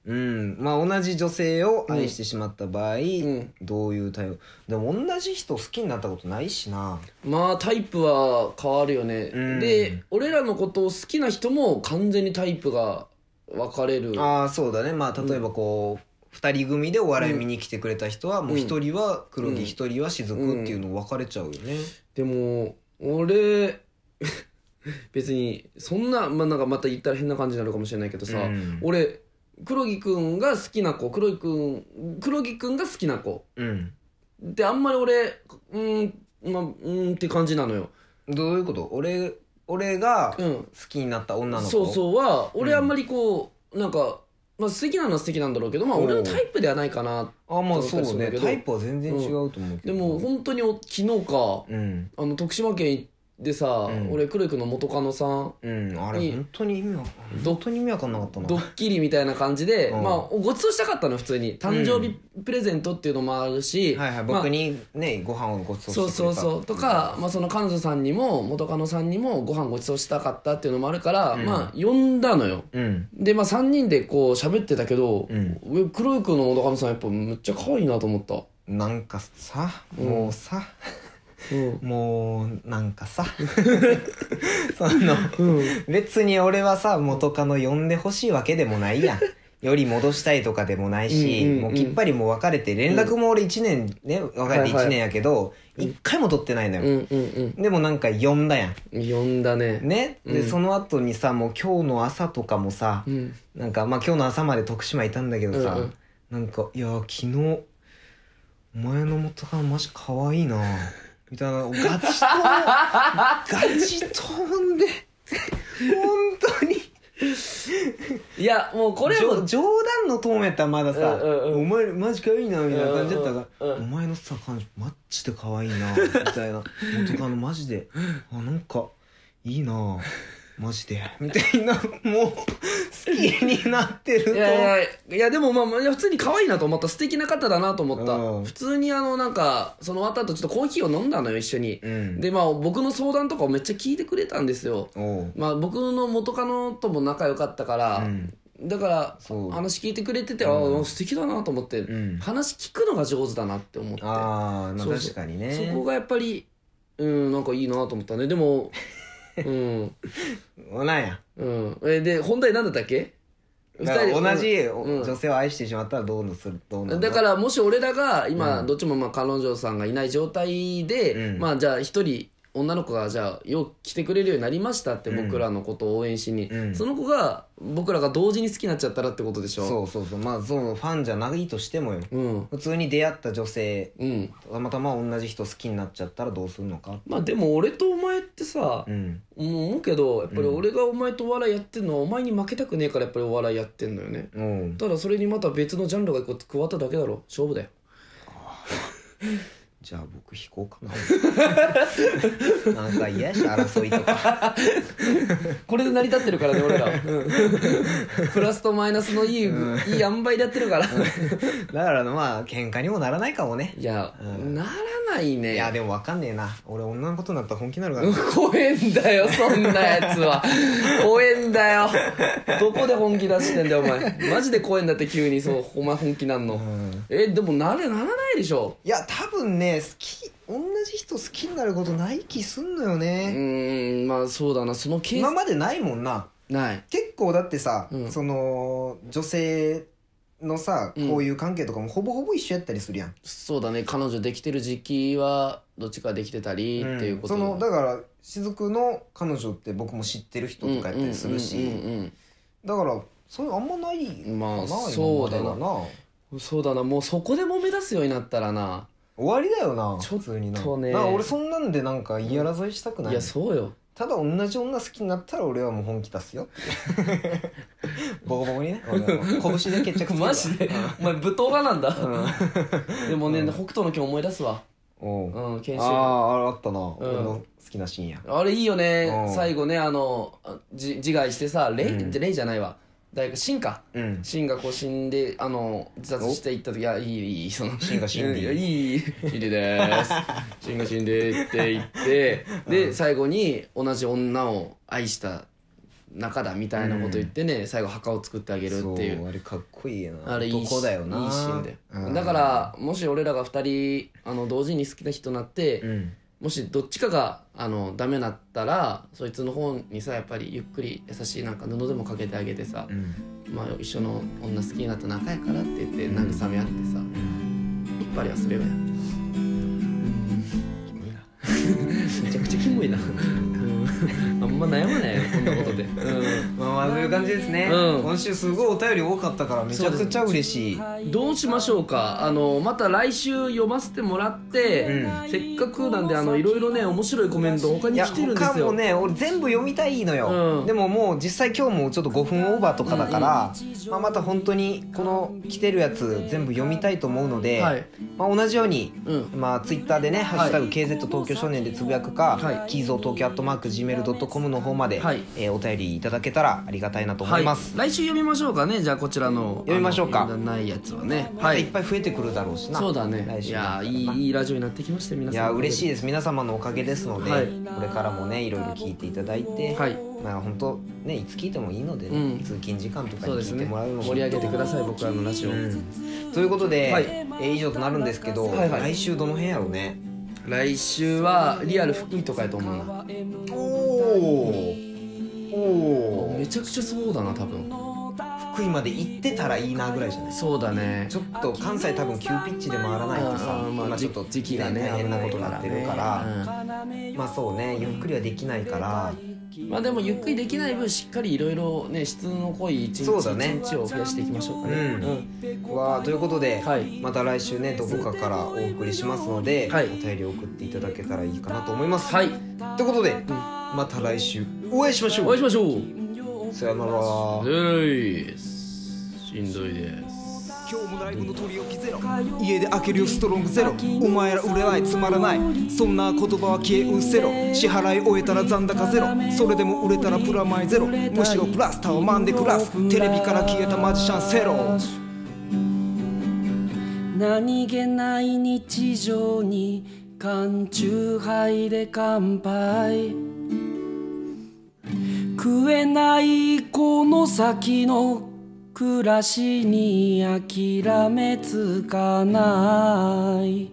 Speaker 2: うんまあ同じ女性を愛してしまった場合、
Speaker 1: ん
Speaker 2: どういう対応でも同じ人好きになったことないしな
Speaker 1: まあタイプは変わるよね、
Speaker 2: うん
Speaker 1: で俺らのことを好きな人も完全にタイプが分かれる
Speaker 2: ああそうだねまあ例えばこう、二2人組でお笑い見に来てくれた人はもう1人は黒木
Speaker 1: うん
Speaker 2: 1人は雫っていうの分かれちゃうよね、
Speaker 1: でも俺 別にそんな,、まあ、なんかまた言ったら変な感じになるかもしれないけどさ、
Speaker 2: うん
Speaker 1: 俺黒木くんが好きな子黒木くん黒木くんが好きな子
Speaker 2: うん
Speaker 1: であんまり俺うーんまあうーんって感じなのよ、
Speaker 2: どういうこと俺俺が
Speaker 1: う
Speaker 2: 好
Speaker 1: ん、
Speaker 2: きになった女の子
Speaker 1: そうそうは俺
Speaker 2: うん
Speaker 1: あんまりこう、なんか、まあ、素敵なのは素敵なんだろうけど、まあ、
Speaker 2: おう
Speaker 1: 俺のタイプではないかな
Speaker 2: あまあそ
Speaker 1: そううだけ
Speaker 2: ね
Speaker 1: ど
Speaker 2: タイプは全然違うと思うけ
Speaker 1: で
Speaker 2: ど、
Speaker 1: も本当にお昨日か
Speaker 2: うん
Speaker 1: あの徳島県でさ、
Speaker 2: うん
Speaker 1: 俺黒井君の元カノさん
Speaker 2: うんあれ
Speaker 1: いい
Speaker 2: 本当に意味わかん本当に意味わかんなかったな
Speaker 1: ドッキリみたいな感じで、
Speaker 2: うん
Speaker 1: まあごちそうしたかったの普通に誕生日プレゼントっていうのもあるし、
Speaker 2: はいはい、
Speaker 1: まあ
Speaker 2: 僕にねご飯をご馳走してくれた
Speaker 1: そうそうそうとか、まあ、その彼女さんにも元カノさんにもご飯ごちそうしたかったっていうのもあるから、
Speaker 2: うん
Speaker 1: まあ呼んだのよ
Speaker 2: うん
Speaker 1: でまあ3人でこう喋ってたけど、
Speaker 2: うん
Speaker 1: 上黒井君の元カノさんやっぱめっちゃ可愛いなと思った
Speaker 2: なんかさ
Speaker 1: うん
Speaker 2: もうさ、
Speaker 1: うん、
Speaker 2: もうなん かさその
Speaker 1: うん、
Speaker 2: 別に俺はさ元カノ呼んでほしいわけでもないやんより戻したいとかでもない
Speaker 1: う
Speaker 2: し、
Speaker 1: んうんうん
Speaker 2: もうきっぱりもう別れて連絡も俺1年ね別れて1年やけど、一回も取ってないの
Speaker 1: う
Speaker 2: よ、
Speaker 1: んうん
Speaker 2: でもなんか呼んだや
Speaker 1: うん呼んだね
Speaker 2: んね、
Speaker 1: う
Speaker 2: で
Speaker 1: ん
Speaker 2: その後にさもう今日の朝とかもさ、
Speaker 1: うん
Speaker 2: なんかまあ今日の朝まで徳島いたんだけどさ、
Speaker 1: うんうん
Speaker 2: なんか「いやー昨日お前の元カノマジ可愛いな」 みたいなガチとガチ飛んで本当に
Speaker 1: いやもうこれはも
Speaker 2: 冗
Speaker 1: う
Speaker 2: 冗談のトーンやったらまださ「
Speaker 1: うんうんうん
Speaker 2: お前マジ可愛いな」みたいな感じだったから「
Speaker 1: うんうん
Speaker 2: お前のさ彼女マッチで可愛いな」みたいな「元カノマジであなんかいいな」マジでみたいなもう好きになってると
Speaker 1: いやいやいやでもまあまあいや普通に可愛いなと思った素敵な方だなと思った、
Speaker 2: うん
Speaker 1: 普通にあのなんかその終わった後ちょっとコーヒーを飲んだのよ一緒に、
Speaker 2: うん
Speaker 1: でまあ僕の相談とかをめっちゃ聞いてくれたんですよ
Speaker 2: おう
Speaker 1: まあ僕の元カノとも仲良かったから、
Speaker 2: うん
Speaker 1: だから
Speaker 2: そう
Speaker 1: 話聞いてくれてて、
Speaker 2: うん
Speaker 1: ああ素敵だなと思って、
Speaker 2: うん
Speaker 1: 話聞くのが上手だなって思って
Speaker 2: あーまあ
Speaker 1: そうそう
Speaker 2: 確かにね
Speaker 1: そこがやっぱりうんなんかいいなと思ったねでもうん
Speaker 2: おなんや
Speaker 1: うんえで本題なんだったっけ
Speaker 2: だから
Speaker 1: 二人
Speaker 2: 同じ
Speaker 1: うん
Speaker 2: 女性を愛してしまったらどうのするどうなる
Speaker 1: だからもし俺らが今
Speaker 2: うん
Speaker 1: どっちもまあ彼女さんがいない状態で、
Speaker 2: うん
Speaker 1: まあじゃあ一人女の子がじゃあよく来てくれるようになりましたって僕らのことを応援しに、
Speaker 2: うん
Speaker 1: その子が僕らが同時に好きになっちゃったらってことでしょ
Speaker 2: そうそうそうまあそうファンじゃないとしてもよ
Speaker 1: うん
Speaker 2: 普通に出会った女性
Speaker 1: うん
Speaker 2: たまたま同じ人好きになっちゃったらどうするのか
Speaker 1: まあでも俺とお前ってさ、
Speaker 2: うん
Speaker 1: もう思うけどやっぱり
Speaker 2: うん
Speaker 1: 俺がお前とお笑いやってんのはお前に負けたくねえからやっぱりお笑いやってんのよね
Speaker 2: おう
Speaker 1: ただそれにまた別のジャンルがこう加わっただけだろ勝負だよ
Speaker 2: じゃあ僕引こうかな なんか嫌やし争いとか
Speaker 1: これで成り立ってるからね俺らプラスとマイナスのいい、いい塩梅でやってるから
Speaker 2: だからまあ喧嘩にもならないかもね
Speaker 1: いや、
Speaker 2: うん
Speaker 1: ならないね
Speaker 2: いやでもわかんねえな俺女のことになったら本気になるから
Speaker 1: 怖えんだよそんなやつは怖えんだよどこで本気出してんだよお前マジで怖えんだって急にそうお前本気なんの、
Speaker 2: ん
Speaker 1: えでもなれならないでしょ
Speaker 2: いや多分ね好き同じ人好きになることない気すんのよ
Speaker 1: う
Speaker 2: ね、
Speaker 1: ーんまあそうだなそのケ
Speaker 2: 今
Speaker 1: ー
Speaker 2: までないもんな
Speaker 1: スない
Speaker 2: 結構だってさ、
Speaker 1: うん
Speaker 2: その女性のさ
Speaker 1: うん
Speaker 2: こういう関係とかもほぼほぼ一緒やったりするやん、
Speaker 1: そうだね彼女できてる時期はどっちかできてたりっていうこと
Speaker 2: そのだから雫の彼女って僕も知ってる人とかやったりするし、
Speaker 1: うんうんうんうんうん
Speaker 2: だからそういうのあんまないかな、
Speaker 1: まあ
Speaker 2: 今まで
Speaker 1: そうだな
Speaker 2: はな
Speaker 1: そうだなもうそこで揉め出すようになったらな
Speaker 2: 終わりだよな
Speaker 1: ちょっとね
Speaker 2: 普通にななんか俺そんなんでなんか言い争いしたくない、
Speaker 1: いやそう よ
Speaker 2: ただ同じ女好きになったら俺はもう本気出すよ ボコボコにね俺はもう拳で決着つけ るわ
Speaker 1: マジでお前武闘家なんだ
Speaker 2: うん
Speaker 1: でもね
Speaker 2: うん
Speaker 1: 北斗の拳思い出すわ
Speaker 2: おう
Speaker 1: うん研
Speaker 2: あ
Speaker 1: 修あ
Speaker 2: ああれあったな、俺の好きなシーンや
Speaker 1: れいいよね
Speaker 2: うん
Speaker 1: 最後ねあのあじ自害してさレイ
Speaker 2: うん
Speaker 1: レイじゃないわ誰かシンか
Speaker 2: うん
Speaker 1: シンがこう死んであの自殺していった時いやいいいいその
Speaker 2: シンが死んでいい
Speaker 1: いやいい死んででーすシンが死んでって言ってで最後に同じ女を愛した中だみたいなこと言ってね、最後墓を作ってあげるっていう
Speaker 2: そうあれかっこいいよな
Speaker 1: あれいい
Speaker 2: 男だよない
Speaker 1: いシーンで、
Speaker 2: うん
Speaker 1: だからもし俺らが2人あの同時に好きな人になって、
Speaker 2: うん
Speaker 1: もしどっちかがあのダメだったらそいつの方にさやっぱりゆっくり優しいなんか布でもかけてあげてさ
Speaker 2: う、ん
Speaker 1: まあ、一緒の女好きになった仲やからって言って
Speaker 2: うん
Speaker 1: 慰め合ってさ、引っ張りはすればや
Speaker 2: キモいな
Speaker 1: めちゃくちゃキモいな、うん、あんま悩まないよこんなことで、う
Speaker 2: まあまあそういう感じですね、
Speaker 1: うん
Speaker 2: 今週すごいお便り多かったからめちゃくちゃ嬉しい
Speaker 1: ん、どうしましょうかあのまた来週読ませてもらって、
Speaker 2: う
Speaker 1: せっかくなんであのいろいろね面白いコメント他
Speaker 2: い
Speaker 1: に
Speaker 2: や
Speaker 1: 来てるんですよ
Speaker 2: 他もね俺全部読みたいのよ、
Speaker 1: うん
Speaker 2: でももう実際今日もちょっと5分オーバーとかだから、まあ、また本当にこの来てるやつ全部読みたいと思うので、
Speaker 1: はい
Speaker 2: まあ、同じように、
Speaker 1: うん
Speaker 2: まあ、ツイッターでね「ハッシュタグ
Speaker 1: は
Speaker 2: #KZ 東京少年」でつぶやくか、
Speaker 1: はい
Speaker 2: キーゾー東京アットマーク Gmail.com の方まで、
Speaker 1: はい
Speaker 2: えーお便りいただけたらありがたいなと思います、
Speaker 1: はい、来週読みましょうかねじゃあこちらの
Speaker 2: 読みましょう
Speaker 1: あ
Speaker 2: か
Speaker 1: の読んだないやつはねは
Speaker 2: またい
Speaker 1: い
Speaker 2: っぱい増えてくるだろうしな
Speaker 1: そうだね
Speaker 2: 来
Speaker 1: い
Speaker 2: 週だ
Speaker 1: や
Speaker 2: ったら
Speaker 1: いいいいラジオになってきましたよ皆
Speaker 2: い
Speaker 1: さん
Speaker 2: や嬉しい
Speaker 1: い
Speaker 2: です皆様のおかげですので、
Speaker 1: はい
Speaker 2: これからもねいろいろ聞いていただいて、
Speaker 1: はい
Speaker 2: まあ本当ねいつ聞いてもいいのでね、
Speaker 1: うん
Speaker 2: 通勤時間とかに
Speaker 1: そうです
Speaker 2: 聞いて
Speaker 1: ね
Speaker 2: もらうのも
Speaker 1: 盛り上げてください僕らのラジオ、
Speaker 2: うんということで、
Speaker 1: はい
Speaker 2: えー以上となるんですけど、
Speaker 1: はいはい
Speaker 2: 来週どの辺やろうね
Speaker 1: 来週はリアル福井とかやと思うな
Speaker 2: おーお
Speaker 1: めちゃくちゃそうだな多分
Speaker 2: ー福井まで行ってたらいいなぐらいじゃない
Speaker 1: そうだね
Speaker 2: ちょっと関西多分急ピッチで回らないとさ
Speaker 1: あーまあ
Speaker 2: 今ちょっと
Speaker 1: 時期がね
Speaker 2: 変なことになってるか
Speaker 1: う
Speaker 2: ら、
Speaker 1: ん
Speaker 2: まあそうねゆっくりはできないから
Speaker 1: まあでもゆっくりできない分しっかりいろいろね質の濃い一日
Speaker 2: そうだね
Speaker 1: 一日を増やしていきましょうかね
Speaker 2: うんわあということで、
Speaker 1: はい
Speaker 2: また来週ねどこかからお送りしますので、
Speaker 1: はい
Speaker 2: お便りを送っていただけたらいいかなと思います。
Speaker 1: はい
Speaker 2: ということで、また来週お会いしましょ
Speaker 1: お会いうしましょう
Speaker 2: さよなら。
Speaker 1: ですしんどいです
Speaker 3: 今日もライブの取り置きゼロ家で開けるよストロングゼロお前ら売れないつまらないそんな言葉は消えうせろ支払い終えたら残高ゼロそれでも売れたらプラマイゼロむしろプラスタワマンで暮らすテレビから消えたマジシャンセロ
Speaker 4: 何気ない日常に缶チューハイで乾杯食えないこの先の暮らしに諦めつかない